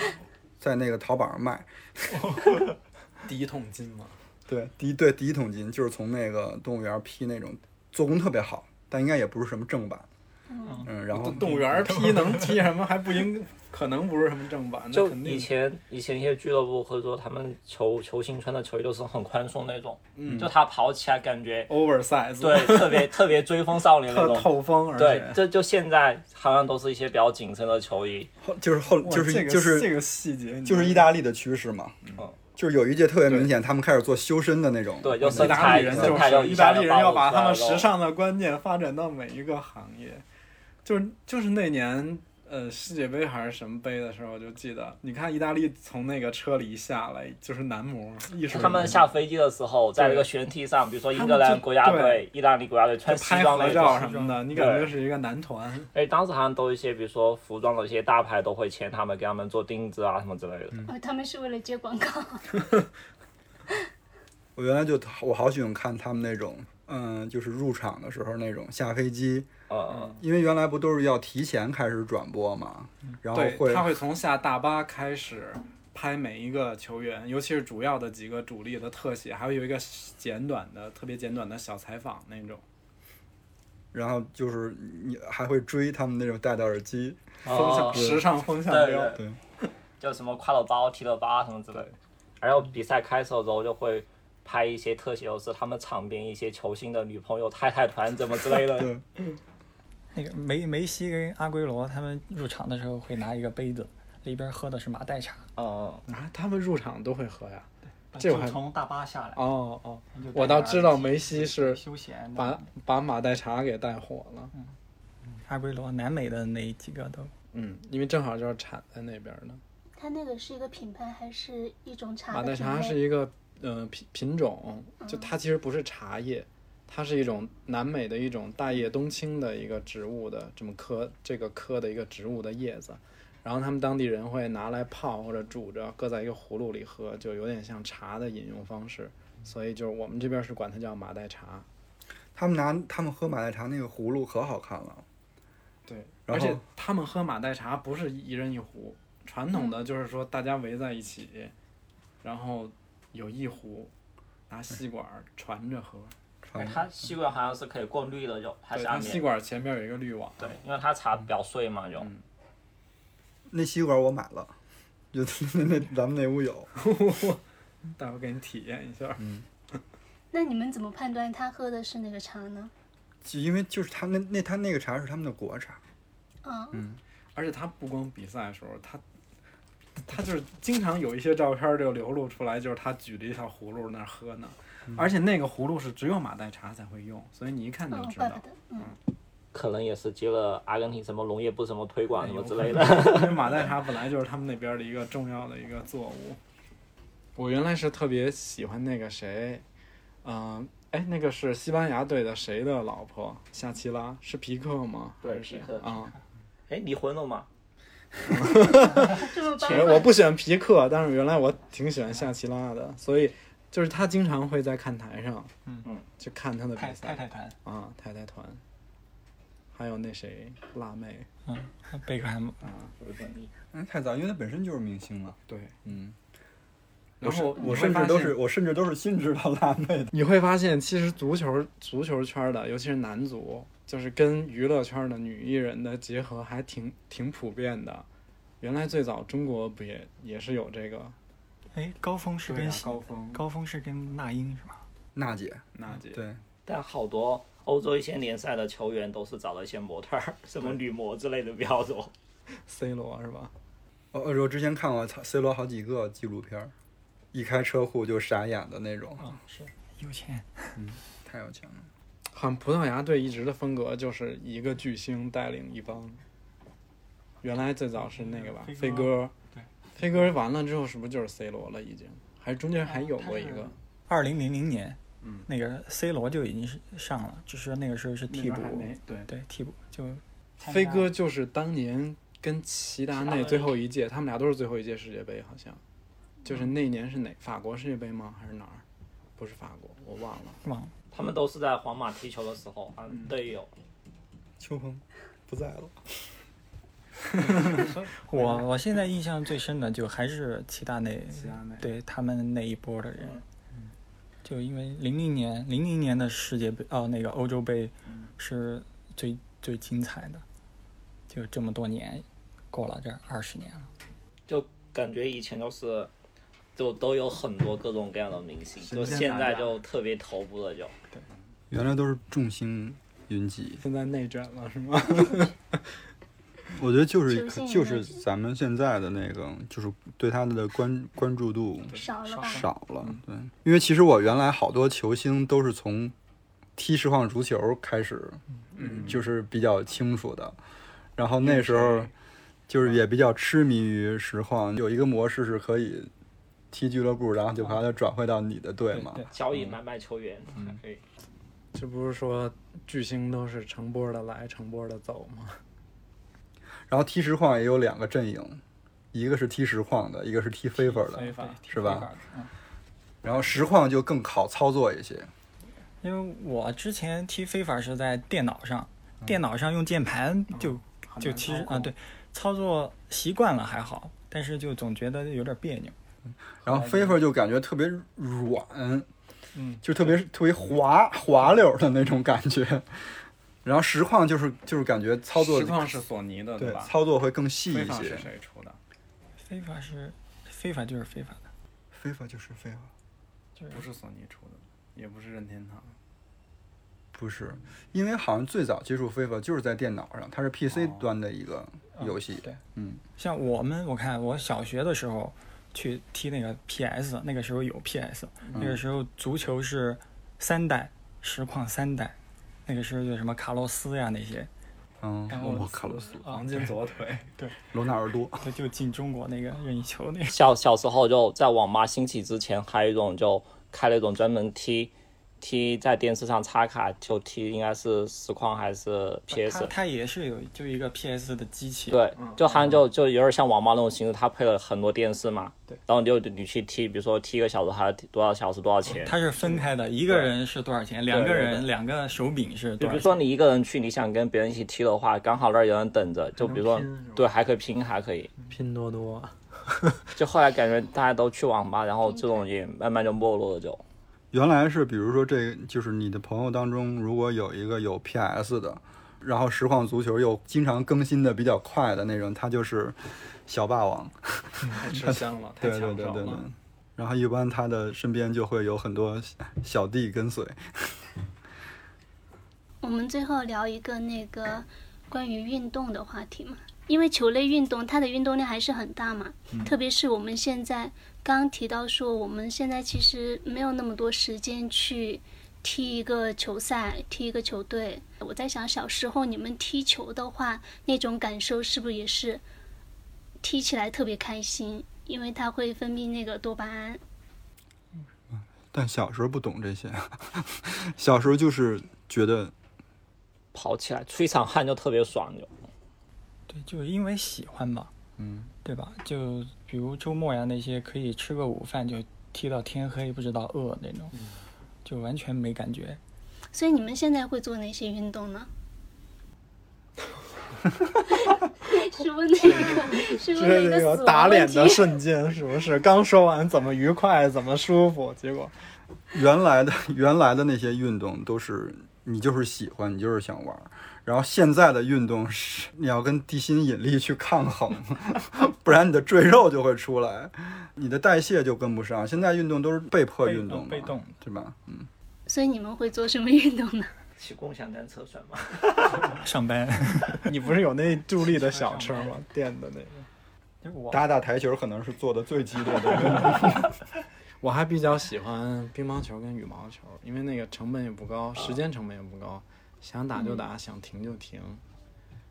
[SPEAKER 1] 在那个淘宝上卖。
[SPEAKER 2] 第一桶金嘛，
[SPEAKER 1] 对，第一对第一桶金就是从那个动物园批那种，做工特别好，但应该也不是什么正版。嗯，然后
[SPEAKER 2] 动物园踢能踢什么？还不应，可能不是什么正版，那
[SPEAKER 4] 就
[SPEAKER 2] 肯
[SPEAKER 4] 以
[SPEAKER 2] 定。
[SPEAKER 4] 前以前一些俱乐部或者说他们球球星穿的球衣都是很宽松那种，就他跑起来感觉
[SPEAKER 2] oversize，
[SPEAKER 4] 对特别特别追风少年那
[SPEAKER 2] 特
[SPEAKER 4] 种。
[SPEAKER 2] 透风，而
[SPEAKER 4] 对
[SPEAKER 2] 且，
[SPEAKER 4] 这就现在好像都是一些比较紧身的球衣，
[SPEAKER 1] 后就是后
[SPEAKER 2] 哇
[SPEAKER 1] 就是
[SPEAKER 2] 这个
[SPEAKER 1] 就是
[SPEAKER 2] 这个嗯细节，
[SPEAKER 1] 就是意大利的趋势嘛，就是有一届特别明显，他们开始做修身的那种，
[SPEAKER 4] 对，就
[SPEAKER 2] 意
[SPEAKER 4] 身
[SPEAKER 2] 大
[SPEAKER 4] 材
[SPEAKER 2] 利人
[SPEAKER 4] 身材
[SPEAKER 2] 就
[SPEAKER 4] 就是一
[SPEAKER 2] 意
[SPEAKER 4] 下
[SPEAKER 2] 大
[SPEAKER 4] 就
[SPEAKER 2] 利人要
[SPEAKER 4] 暴露
[SPEAKER 2] 把
[SPEAKER 4] 出
[SPEAKER 2] 他
[SPEAKER 4] 来
[SPEAKER 2] 们
[SPEAKER 4] 了
[SPEAKER 2] 时尚的观念发展到每一个行业，就是就是那年呃世界杯还是什么杯的时候，就记得你看意大利从那个车里一下来就是男模，艺术
[SPEAKER 4] 他们
[SPEAKER 2] 男模
[SPEAKER 4] 下飞机的时候，在这个悬梯上，比如说英格兰国家
[SPEAKER 2] 他们
[SPEAKER 4] 队、意大利国家队穿
[SPEAKER 2] 就
[SPEAKER 4] 西
[SPEAKER 2] 拍
[SPEAKER 4] 装
[SPEAKER 2] 合
[SPEAKER 4] 那
[SPEAKER 2] 照
[SPEAKER 4] 种，
[SPEAKER 2] 什么的，你
[SPEAKER 4] 对
[SPEAKER 2] 感觉是一个男团。
[SPEAKER 4] 哎，当时好像都有一些，比如说服装的一些大牌都会签他们，给他们做定制啊什么之类的。
[SPEAKER 2] 嗯
[SPEAKER 8] 哦，他们是为了接广告。
[SPEAKER 1] 我原来就我好喜欢看他们那种，嗯，就是入场的时候那种下飞机，
[SPEAKER 4] 嗯，
[SPEAKER 1] 因为原来不都是要提前开始转播嘛，然后
[SPEAKER 2] 嗯对，
[SPEAKER 1] 会
[SPEAKER 2] 他会从下大巴开始拍每一个球员，尤其是主要的几个主力的特写，还会有一个简短的、特别简短的小采访那种。
[SPEAKER 1] 然后就是你还会追他们那种戴的耳机，
[SPEAKER 2] 风向、
[SPEAKER 4] 哦
[SPEAKER 2] 时尚风向
[SPEAKER 4] 对
[SPEAKER 2] 标，
[SPEAKER 4] 对
[SPEAKER 1] 对，
[SPEAKER 4] 就什么挎了包、提了包什么之类的。然后比赛开始的时候就会拍一些特写，就是他们场边一些球星的女朋友、太太团怎么之类的。
[SPEAKER 3] 那个梅梅西跟阿圭罗他们入场的时候会拿一个杯子，里边喝的是马黛茶。
[SPEAKER 4] 嗯，
[SPEAKER 2] 啊，他们入场都会喝呀。这我还
[SPEAKER 3] 就从大巴下来，
[SPEAKER 2] 哦哦，
[SPEAKER 3] 就
[SPEAKER 2] 我倒知道梅西是
[SPEAKER 3] 休闲的嗯
[SPEAKER 2] 把把马黛茶给带火了。
[SPEAKER 4] 嗯
[SPEAKER 3] 阿圭罗，南美的那几个都
[SPEAKER 2] 嗯，因为正好就是产在那边的。
[SPEAKER 8] 它那个是一个品牌，还是一种茶
[SPEAKER 2] 马
[SPEAKER 8] 的
[SPEAKER 2] 黛
[SPEAKER 8] 品
[SPEAKER 2] 茶是
[SPEAKER 8] 类？嗯
[SPEAKER 2] 一个呃品品种，就它其实不是茶叶，它是一种南美的一种大叶冬青的一个植物的这么科这个科的一个植物的叶子，然后他们当地人会拿来泡或者煮着，搁在一个葫芦里喝，就有点像茶的饮用方式，所以就是我们这边是管它叫马黛茶。
[SPEAKER 1] 他们拿他们喝马黛茶那个葫芦可好看了，
[SPEAKER 2] 对，
[SPEAKER 1] 然
[SPEAKER 2] 而
[SPEAKER 1] 后
[SPEAKER 2] 且他们喝马黛茶不是一人一壶，传
[SPEAKER 8] 嗯
[SPEAKER 2] 统的就是说大家围在一起，然后有一壶，拿吸管儿传着喝。
[SPEAKER 1] 嗯
[SPEAKER 4] 它吸管好像是可以过滤的，就它
[SPEAKER 2] 对，
[SPEAKER 4] 下
[SPEAKER 2] 它吸
[SPEAKER 4] 面。
[SPEAKER 2] 管前面有一个滤网。
[SPEAKER 4] 对，因为它茶比较碎嘛，
[SPEAKER 2] 嗯
[SPEAKER 4] 就
[SPEAKER 1] 那吸管我买了，就 那那咱们那屋有，
[SPEAKER 2] 待会儿给你体验一下。
[SPEAKER 4] 嗯
[SPEAKER 8] 那你们怎么判断他喝的是那个茶呢？
[SPEAKER 1] 就因为就是他那那他那个茶是他们的国茶，
[SPEAKER 8] 嗯，
[SPEAKER 2] 而且它不光比赛的时候，它它就是经常有一些照片儿就流露出来，就是他举着一小葫芦那儿喝呢。
[SPEAKER 4] 嗯
[SPEAKER 2] 而且那个葫芦是只有马黛茶才会用，所以你一看就
[SPEAKER 8] 哦，
[SPEAKER 2] 知
[SPEAKER 8] 怪
[SPEAKER 2] 道
[SPEAKER 8] 不，得，嗯，
[SPEAKER 4] 可能也是接了阿根廷什么农业部什么推
[SPEAKER 2] 哎
[SPEAKER 4] 啊广什么之类 的。
[SPEAKER 2] 因为马黛茶本来就是他们那边儿的一个重要的一个作物。我原来是特别喜欢那个谁，嗯、哎，那个是西班牙队的谁的老婆？夏奇拉是皮克吗？
[SPEAKER 4] 对
[SPEAKER 2] 还是谁
[SPEAKER 4] 皮克
[SPEAKER 2] 啊？
[SPEAKER 4] 哎，离婚了吗？
[SPEAKER 8] 这么棒
[SPEAKER 2] 其实我不喜欢皮克，但是原来我挺喜欢夏奇拉的，所以就是他经常会在看台上，
[SPEAKER 3] 嗯
[SPEAKER 4] 嗯，
[SPEAKER 2] 去看他的比
[SPEAKER 3] 太太
[SPEAKER 2] 赛
[SPEAKER 3] 太团，
[SPEAKER 2] 啊，太太团，还有那谁辣妹，
[SPEAKER 3] 贝克汉姆。
[SPEAKER 1] 嗯，太早，因为他本身就是明星了，
[SPEAKER 2] 对，
[SPEAKER 1] 嗯，
[SPEAKER 2] 然后你
[SPEAKER 1] 我
[SPEAKER 2] 会
[SPEAKER 1] 甚
[SPEAKER 2] 发
[SPEAKER 1] 至都
[SPEAKER 2] 现
[SPEAKER 1] 是我甚至都是新知道辣妹 的，
[SPEAKER 2] 你会发现，其实足球足球圈的，尤其是男足，就是跟娱乐圈的女艺人的结合还挺挺普遍的。原来最早中国不也也是有这个
[SPEAKER 3] 哎，高峰是
[SPEAKER 2] 对
[SPEAKER 3] 跟
[SPEAKER 2] 啊
[SPEAKER 3] 西
[SPEAKER 2] 高峰
[SPEAKER 3] 高峰是跟那英是吧？
[SPEAKER 1] 娜姐，
[SPEAKER 2] 娜姐？
[SPEAKER 1] 对，
[SPEAKER 4] 但好多欧洲一些联赛的球员都是找了一些模特儿，什么女模之类的标准。
[SPEAKER 2] ，C 罗是吧？
[SPEAKER 1] 哦，呃我之前看过 C 罗好几个纪录片儿，一开车库就傻眼的那
[SPEAKER 3] 嗯
[SPEAKER 1] 种，
[SPEAKER 3] 有钱。
[SPEAKER 1] 太有钱了。
[SPEAKER 2] 好像葡萄牙队一直的风格就是一个巨星带领一帮。原来最早是那个吧，飞
[SPEAKER 3] 飞哥
[SPEAKER 2] 哥，
[SPEAKER 3] 对，
[SPEAKER 2] 飞哥完了之后是不是就是 C 罗了？已经，还啊是中间还有过一个，
[SPEAKER 3] 二零零零年，那个 C 罗就已经是上了，只是嗯那个时候是替
[SPEAKER 2] 那
[SPEAKER 3] 补
[SPEAKER 2] 边还，没对
[SPEAKER 3] 对替补就
[SPEAKER 2] 飞哥就是当年跟齐达内最后一届，他们俩都是最后一届世界杯，好像，就是那年是哪法国世界杯吗？还是哪儿？不是法国，我忘了。
[SPEAKER 3] 忘了。
[SPEAKER 4] 他们都是在皇马踢球的时候，啊，队友
[SPEAKER 1] 邱鹏不在了，
[SPEAKER 3] 我我现在印象最深的就还是齐达内，
[SPEAKER 2] 齐达内嗯
[SPEAKER 3] 对他们那一波的人，就因为零零年零零年的世界杯哦，那个欧洲杯是最最精彩的，就这么多年过了，这二十年了。
[SPEAKER 4] 就感觉以前就是就都有很多各种各样的明星，就现在就特别头部了就。
[SPEAKER 1] 原来都是众星云集，
[SPEAKER 2] 现在内卷了是吗？
[SPEAKER 1] 我觉得就
[SPEAKER 8] 球
[SPEAKER 1] 是
[SPEAKER 8] 星
[SPEAKER 1] 就
[SPEAKER 8] 云
[SPEAKER 1] 是
[SPEAKER 8] 集
[SPEAKER 1] 咱们现在的那个，就是对他的关关注度
[SPEAKER 8] 少了吧？
[SPEAKER 1] 少了，对，因为其实我原来好多球星都是从踢实况足球开始，嗯，就是比较清楚的，然后那时候就是也比较痴迷于实况，有一个模式是可以踢俱乐部，然后就把它转会到你的队嘛，
[SPEAKER 4] 交易买卖球员还可以。
[SPEAKER 2] 这不是说巨星都是成波的来，成波的走吗？
[SPEAKER 1] 然后踢实况也有两个阵营，一个是踢实况的，一个是踢 f a v o r 的，嗯
[SPEAKER 3] 法
[SPEAKER 1] 是吧？然后实况就更好操作一些，
[SPEAKER 3] 因为我之前踢非法是在电脑上，
[SPEAKER 2] 嗯
[SPEAKER 3] 电脑上用键盘就、
[SPEAKER 2] 哦
[SPEAKER 3] 就
[SPEAKER 7] 难
[SPEAKER 3] 其实
[SPEAKER 7] 操
[SPEAKER 3] 啊对，操作习惯了还好，但是就总觉得有点别扭。
[SPEAKER 1] 然后 FIFA 就感觉特别软，
[SPEAKER 3] 嗯，
[SPEAKER 1] 就特别特别滑滑溜的那种感觉。然后实况就是就是感觉操作
[SPEAKER 2] 实况是索尼的
[SPEAKER 1] 对
[SPEAKER 2] 吧？
[SPEAKER 1] 操作会更细
[SPEAKER 2] 非
[SPEAKER 1] 一
[SPEAKER 2] 法
[SPEAKER 1] 些
[SPEAKER 2] 是。谁出的？
[SPEAKER 3] 非法是非法就是非法的，
[SPEAKER 1] FIFA 就是 FIFA，
[SPEAKER 2] 不是索尼出的，也不是任天堂。
[SPEAKER 1] 不是，因为好像最早接触 FIFA 就是在电脑上，它是 PC 端的一个游戏。
[SPEAKER 3] 对
[SPEAKER 1] 嗯，
[SPEAKER 3] 像我们我看我小学的时候去踢那个 PS，那个时候有 PS，、那
[SPEAKER 1] 嗯
[SPEAKER 3] 个时候足球是三代，实况三代，那个时候就什么卡洛斯呀那些，
[SPEAKER 1] 嗯
[SPEAKER 3] 然，后啊
[SPEAKER 1] 我靠，罗斯
[SPEAKER 2] 黄金左 腿，
[SPEAKER 1] 罗纳尔多，
[SPEAKER 3] 就就进中国那个任意球 那个。
[SPEAKER 4] 小小时候就在网吧兴起之前，还有一种就开了一种专门踢踢在电视上插卡就踢，应该是实况还是 PS？
[SPEAKER 3] 它它也是有就一个 PS 的机器，
[SPEAKER 4] 对，
[SPEAKER 7] 嗯
[SPEAKER 4] 就好像就就有点像网吧那种形式，它配了很多电视嘛。对，然后你就你去踢，比如说踢一个小时，还要踢多少小时多少钱？
[SPEAKER 3] 它是分开的，一个人是多少钱，两个人两个手柄是多
[SPEAKER 4] 就比
[SPEAKER 3] 少
[SPEAKER 4] 如
[SPEAKER 3] 钱？
[SPEAKER 4] 说你一个人去，你想跟别人一起踢的话，刚好那儿有人等着，就比如说
[SPEAKER 7] 还能拼是吧嗯
[SPEAKER 4] 对，还可以拼，还可以。
[SPEAKER 2] 拼多多。
[SPEAKER 4] 就后来感觉大家都去网吧，然后
[SPEAKER 7] 嗯
[SPEAKER 4] 这种也慢慢就没落了就。
[SPEAKER 1] 原来是比如说这就是你的朋友当中如果有一个有 PS 的，然后实况足球又经常更新的比较快的那种，他就是小霸王。
[SPEAKER 2] 太吃香了，太
[SPEAKER 1] 对
[SPEAKER 2] 抢手
[SPEAKER 1] 对
[SPEAKER 2] 了。
[SPEAKER 1] 对对对。然后一般他的身边就会有很多小小弟跟随，
[SPEAKER 5] 我们最后聊一个那个关于运动的话题嘛，因为球类运动它的运动量还是很大嘛，特别是我们现在刚提到说，我们现在其实没有那么多时间去踢一个球赛，踢一个球队。我在想，小时候你们踢球的话，那种感受是不是也是踢起来特别开心？因为它会分泌那个多巴胺，
[SPEAKER 1] 但小时候不懂这些， 小时候就是觉得
[SPEAKER 4] 跑起来出一场汗就特别爽就。
[SPEAKER 3] 对，就是因为喜欢嘛，嗯，对吧？就比如周末呀那些，可以吃个午饭就踢到天黑不知道饿那种，就完全没感觉。
[SPEAKER 5] 所以你们现在会做哪些运 动呢？是不是那个？是
[SPEAKER 2] 这
[SPEAKER 5] 不是
[SPEAKER 2] 是
[SPEAKER 5] 那
[SPEAKER 2] 那
[SPEAKER 5] 个
[SPEAKER 2] 个
[SPEAKER 5] 死
[SPEAKER 2] 打
[SPEAKER 5] 亡
[SPEAKER 2] 脸
[SPEAKER 5] 问
[SPEAKER 2] 的
[SPEAKER 5] 题？
[SPEAKER 2] 瞬间，是不是？刚说完怎么愉快，怎么舒服，结 果
[SPEAKER 1] 原来的 原来的那些运动都是你就是喜欢，你就是想玩儿。然后现在的运动是你要跟地心引力去抗衡， 不然你的赘肉就会出来，你的代谢就跟不上。现在运动都是被迫运动嘛，
[SPEAKER 3] 被动被动
[SPEAKER 1] 对吧？嗯，
[SPEAKER 5] 所以你们会做什么运动呢？
[SPEAKER 4] 骑共享单车算吗？
[SPEAKER 3] 上班，
[SPEAKER 2] 你不是有那助力的小车吗？电的那个。
[SPEAKER 3] 就是我
[SPEAKER 1] 打打台球可能是做的最激烈 的运动。
[SPEAKER 2] 我还比较喜欢乒乓球跟羽毛球，因为那个成本也不高，时间成本也不高，想打就打，想停就停。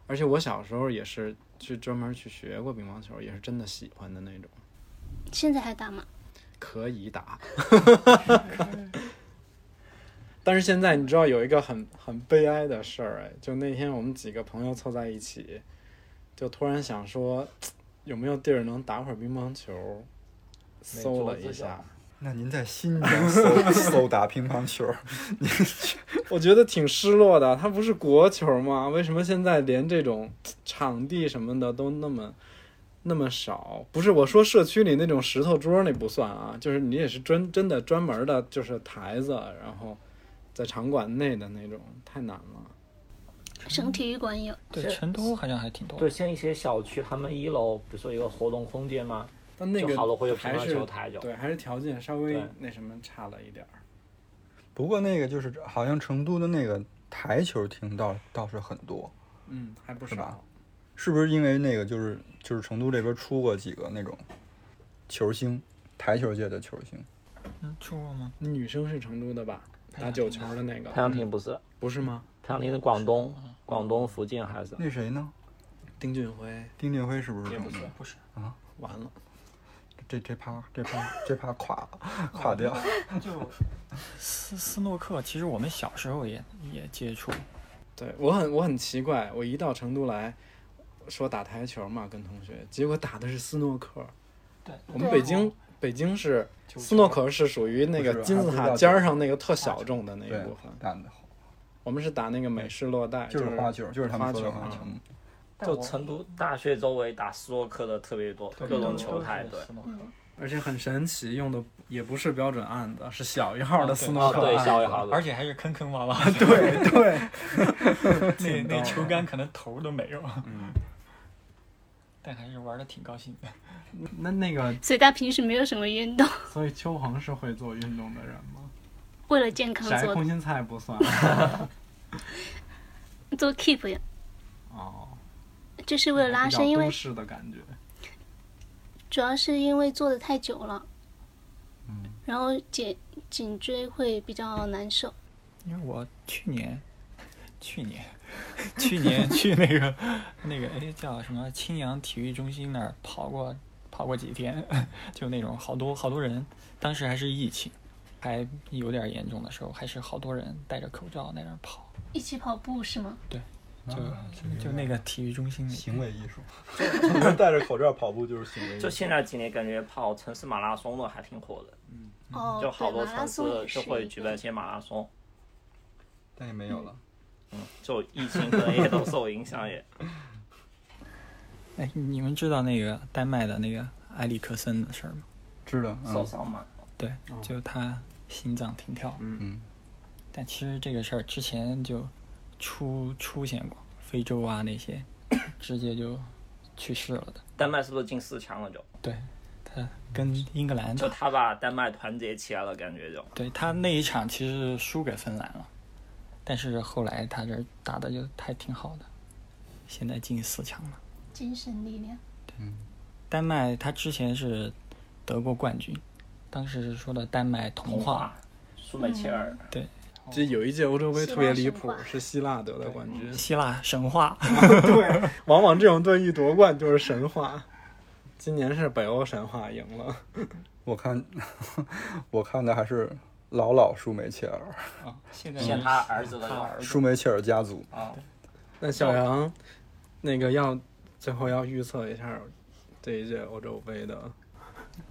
[SPEAKER 2] 而且我小时候也是去专门去学过乒乓球，也是真的喜欢的那种，
[SPEAKER 5] 现在还打吗？
[SPEAKER 2] 可以打。 但是现在你知道有一个很很悲哀的事儿哎，就那天我们几个朋友凑在一起，就突然想说有没有地儿能打会儿乒乓球，搜了一下，
[SPEAKER 1] 那您在新疆搜 搜打乒乓球，
[SPEAKER 2] 我觉得挺失落的。它不是国球吗？为什么现在连这种场地什么的都那么那么少？不是我说社区里那种石头桌那不算啊，就是你也是专真的专门的，就是台子，然后在场馆内的那种，太难了。
[SPEAKER 5] 省体育馆有。
[SPEAKER 3] 对，成都好像还挺多。
[SPEAKER 4] 对，像一些小区，他们一楼比如说有个活动空间嘛，
[SPEAKER 2] 但那
[SPEAKER 4] 就好了会有
[SPEAKER 2] 个
[SPEAKER 4] 乒
[SPEAKER 2] 还
[SPEAKER 4] 乓
[SPEAKER 2] 是
[SPEAKER 4] 球台就
[SPEAKER 2] 对，还是条件稍微
[SPEAKER 4] 对
[SPEAKER 2] 那什么差了一点儿。
[SPEAKER 1] 不过那个就是好像成都的那个台球厅倒倒是很多，
[SPEAKER 2] 嗯，还不
[SPEAKER 1] 是吧
[SPEAKER 2] 少。
[SPEAKER 1] 是不是因为那个就是就是成都这边出过几个那种球星，台球界的球星？
[SPEAKER 3] 嗯，出过吗？
[SPEAKER 2] 女生是成都的吧？打九球的那个嗯
[SPEAKER 4] 太阳亭不是，
[SPEAKER 2] 不是吗？
[SPEAKER 4] 太阳亭是广东，广东福建还是？
[SPEAKER 1] 那谁呢？
[SPEAKER 2] 丁俊晖
[SPEAKER 1] 丁俊晖是不是
[SPEAKER 2] 也
[SPEAKER 1] 成
[SPEAKER 2] 不
[SPEAKER 1] 都
[SPEAKER 2] 是
[SPEAKER 1] 的？，
[SPEAKER 2] 不是
[SPEAKER 1] 啊，
[SPEAKER 2] 完了，
[SPEAKER 1] 这这趴这趴这趴垮 了，垮掉。
[SPEAKER 3] 就斯斯诺克，其实我们小时候也也接触，
[SPEAKER 2] 对我很我很奇怪，我一到成都来，说打台球嘛，跟同学，结果打的是斯诺克。
[SPEAKER 3] 对，
[SPEAKER 2] 我们北京北京是
[SPEAKER 3] 就
[SPEAKER 2] 斯诺克是属于那
[SPEAKER 1] 不
[SPEAKER 2] 个
[SPEAKER 1] 是
[SPEAKER 2] 金字
[SPEAKER 1] 还不
[SPEAKER 2] 塔
[SPEAKER 1] 叫
[SPEAKER 2] 尖儿上那个特小众的那一
[SPEAKER 1] 对
[SPEAKER 2] 部分，，
[SPEAKER 1] 打的
[SPEAKER 2] 我们是打那个美式落袋，
[SPEAKER 1] 就是是花球，就是他们说的
[SPEAKER 2] 花
[SPEAKER 1] 花
[SPEAKER 2] 球
[SPEAKER 1] 球
[SPEAKER 2] 啊。
[SPEAKER 1] 嗯
[SPEAKER 4] 就成都大学周围打斯诺克的特别多，各种球台对。
[SPEAKER 2] 而且很神奇，用的也不是标准案子，是小号的斯诺
[SPEAKER 4] 哦，
[SPEAKER 2] 克啊
[SPEAKER 4] 对，
[SPEAKER 2] 案
[SPEAKER 4] 小一号
[SPEAKER 3] 而
[SPEAKER 4] 的。
[SPEAKER 3] 且还是坑坑洼洼，
[SPEAKER 2] 对对，
[SPEAKER 3] 那
[SPEAKER 2] 逗
[SPEAKER 3] 那
[SPEAKER 2] 的
[SPEAKER 3] 球杆可能头都没有，
[SPEAKER 2] 嗯，
[SPEAKER 3] 但还是玩的挺高兴的。
[SPEAKER 7] 那那个，
[SPEAKER 5] 所以他平时没有什么运动，
[SPEAKER 7] 所以秋恒是会做运动的人吗？
[SPEAKER 5] 为了健康
[SPEAKER 7] 宅
[SPEAKER 5] 做
[SPEAKER 7] 空心菜不 算。
[SPEAKER 5] 做 keep 呀，
[SPEAKER 7] 哦，
[SPEAKER 5] 就是为了拉伸，
[SPEAKER 7] 比
[SPEAKER 5] 因
[SPEAKER 7] 较都
[SPEAKER 5] 为
[SPEAKER 7] 市的感觉。
[SPEAKER 5] 主要是因为坐的太久了，
[SPEAKER 7] 嗯
[SPEAKER 5] 然后颈颈椎会比较难受。
[SPEAKER 3] 因为我去年，去年， 去年去那个那个哎叫什么青阳体育中心那儿跑过跑过几天，就那种好多好多人，当时还是疫情，还有点严重的时候，还是好多人戴着口罩在那儿跑，
[SPEAKER 5] 一起跑步是吗？
[SPEAKER 1] 啊
[SPEAKER 3] 就、就那个体育中心里
[SPEAKER 1] 行为艺术，就是 戴着口罩跑步 就是行为艺
[SPEAKER 4] 就
[SPEAKER 1] 术。
[SPEAKER 4] 现在几年，感觉跑城市马拉松的还挺火的，
[SPEAKER 5] 哦，
[SPEAKER 4] 就好多
[SPEAKER 5] 对马拉
[SPEAKER 4] 城
[SPEAKER 5] 松
[SPEAKER 4] 市
[SPEAKER 5] 也
[SPEAKER 4] 就
[SPEAKER 5] 是
[SPEAKER 4] 会举办一些马拉松。
[SPEAKER 1] 但也没有了。
[SPEAKER 4] 嗯，就疫情可能也都受影响也。
[SPEAKER 3] 哎，你们知道那个丹麦的那个埃里克森的事儿吗？
[SPEAKER 1] 知道，
[SPEAKER 4] 受
[SPEAKER 1] 嗯
[SPEAKER 4] 伤嘛。
[SPEAKER 3] 对，
[SPEAKER 1] 哦
[SPEAKER 3] 就他心脏停跳。
[SPEAKER 1] 嗯，
[SPEAKER 3] 但其实这个事儿之前就出出现过，非洲啊那些直接就去世了的。
[SPEAKER 4] 丹麦是不是进四强了就？
[SPEAKER 3] 对，
[SPEAKER 2] 嗯
[SPEAKER 3] 他跟英格兰
[SPEAKER 4] 就
[SPEAKER 3] 打，
[SPEAKER 4] 他把丹麦团结起来了，感觉就。
[SPEAKER 3] 对他那一场其实输给芬兰了，但是后来他这打的就还挺好的，现在进四强了。
[SPEAKER 8] 精神力量。
[SPEAKER 3] 丹麦他之前是得过冠军，当时是说的丹麦童话。，
[SPEAKER 4] 苏美切尔。
[SPEAKER 2] 就有一届欧洲杯特别离谱
[SPEAKER 8] 希腊神，话
[SPEAKER 2] 是希腊得的冠军。
[SPEAKER 3] 嗯希腊神话，
[SPEAKER 2] 往往这种队一夺冠就是神话。今年是北欧神话赢了，
[SPEAKER 1] 我看 我看的还是老老舒梅切尔，
[SPEAKER 3] 现
[SPEAKER 4] 现嗯他儿子的
[SPEAKER 3] 他儿
[SPEAKER 1] 舒梅切尔家族。
[SPEAKER 4] 啊，
[SPEAKER 2] 那小杨，那个要最后要预测一下这一届欧洲杯的，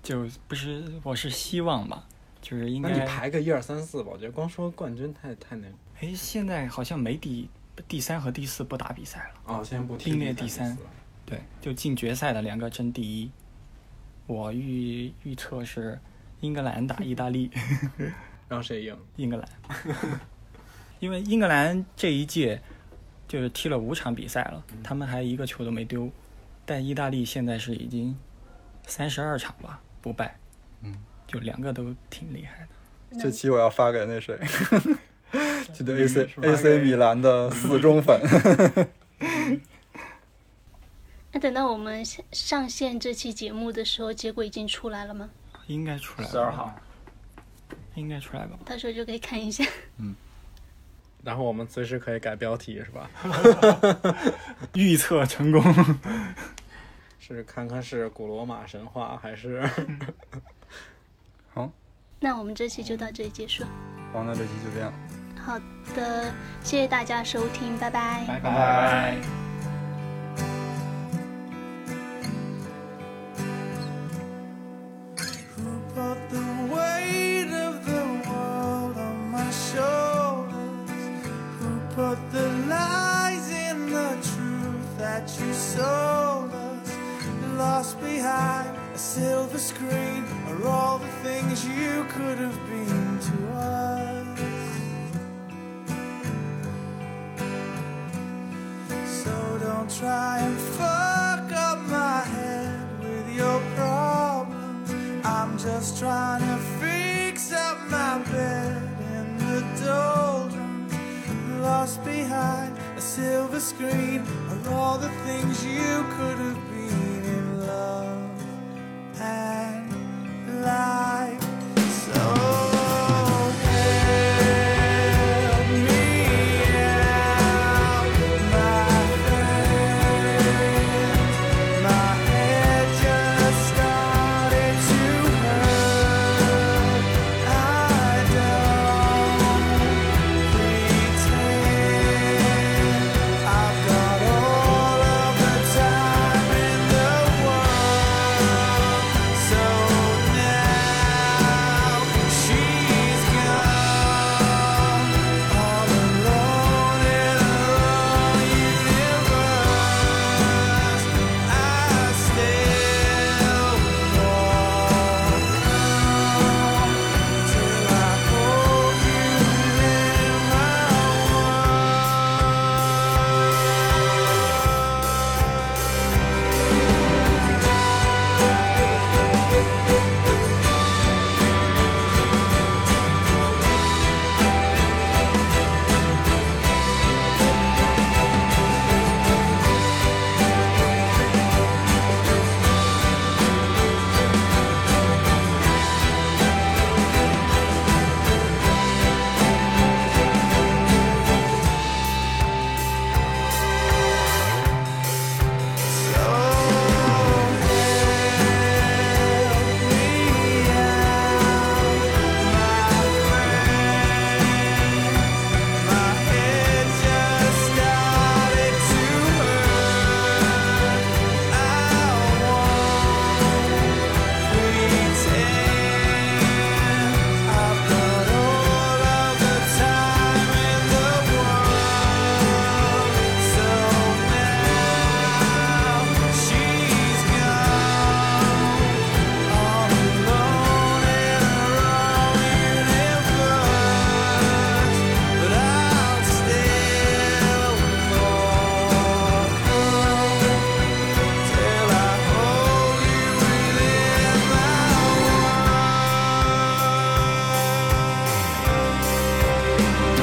[SPEAKER 3] 就不是，我是希望吧，就是应
[SPEAKER 2] 那你
[SPEAKER 3] 该
[SPEAKER 2] 排个一二三四吧，我觉得光说冠军太太那个。
[SPEAKER 3] 哎，现在好像没第第三和第四不打比赛了，
[SPEAKER 2] 哦，先不提
[SPEAKER 3] 并列
[SPEAKER 2] 第
[SPEAKER 3] 第三对，就进决赛的两个争第一。我预预测是英格兰打意大利，
[SPEAKER 2] 让谁赢？
[SPEAKER 3] 英格兰， 因为英格兰这一届就是踢了五场比赛了，他们还一个球都没丢，但意大利现在是已经三十二场吧不败，
[SPEAKER 1] 嗯，
[SPEAKER 3] 就两个都挺厉害的。
[SPEAKER 1] 这期我要发给那谁， 就对 AC
[SPEAKER 2] 是吧
[SPEAKER 1] AC 米兰的死忠粉。
[SPEAKER 5] 那等到我们上上线这期节目的时候，结果已经出来了吗？
[SPEAKER 3] 应该出来吧，
[SPEAKER 4] 12号，
[SPEAKER 3] 应该出来吧。
[SPEAKER 5] 到时候就可以看一下。
[SPEAKER 2] 然后我们随时可以改标题是 吧？
[SPEAKER 3] 预测成功，
[SPEAKER 2] 是看看是古罗马神话还是
[SPEAKER 5] 那我们这期就到这里结束。
[SPEAKER 1] 好，那这期就这样。
[SPEAKER 5] 好的，谢谢大家收听，拜拜。
[SPEAKER 2] 拜拜。
[SPEAKER 10] Who put the weight of the world on my shoulders? Who put the lies in the truth that you sold us? Lost behind a silver screen are all the things you could have been to us. was trying to fix up my bed in the doldrums, lost behind a silver screen are all the things you could have been in love and life. So help me out, my friend. My head just started to hurt. I don't pretend I've got all of the time in the world. So now she's gone, all alone in her own universe. I still fall till I hold you in my arms. She's gone all alone in her own universe, but I'll still fall till I hold you within my arms.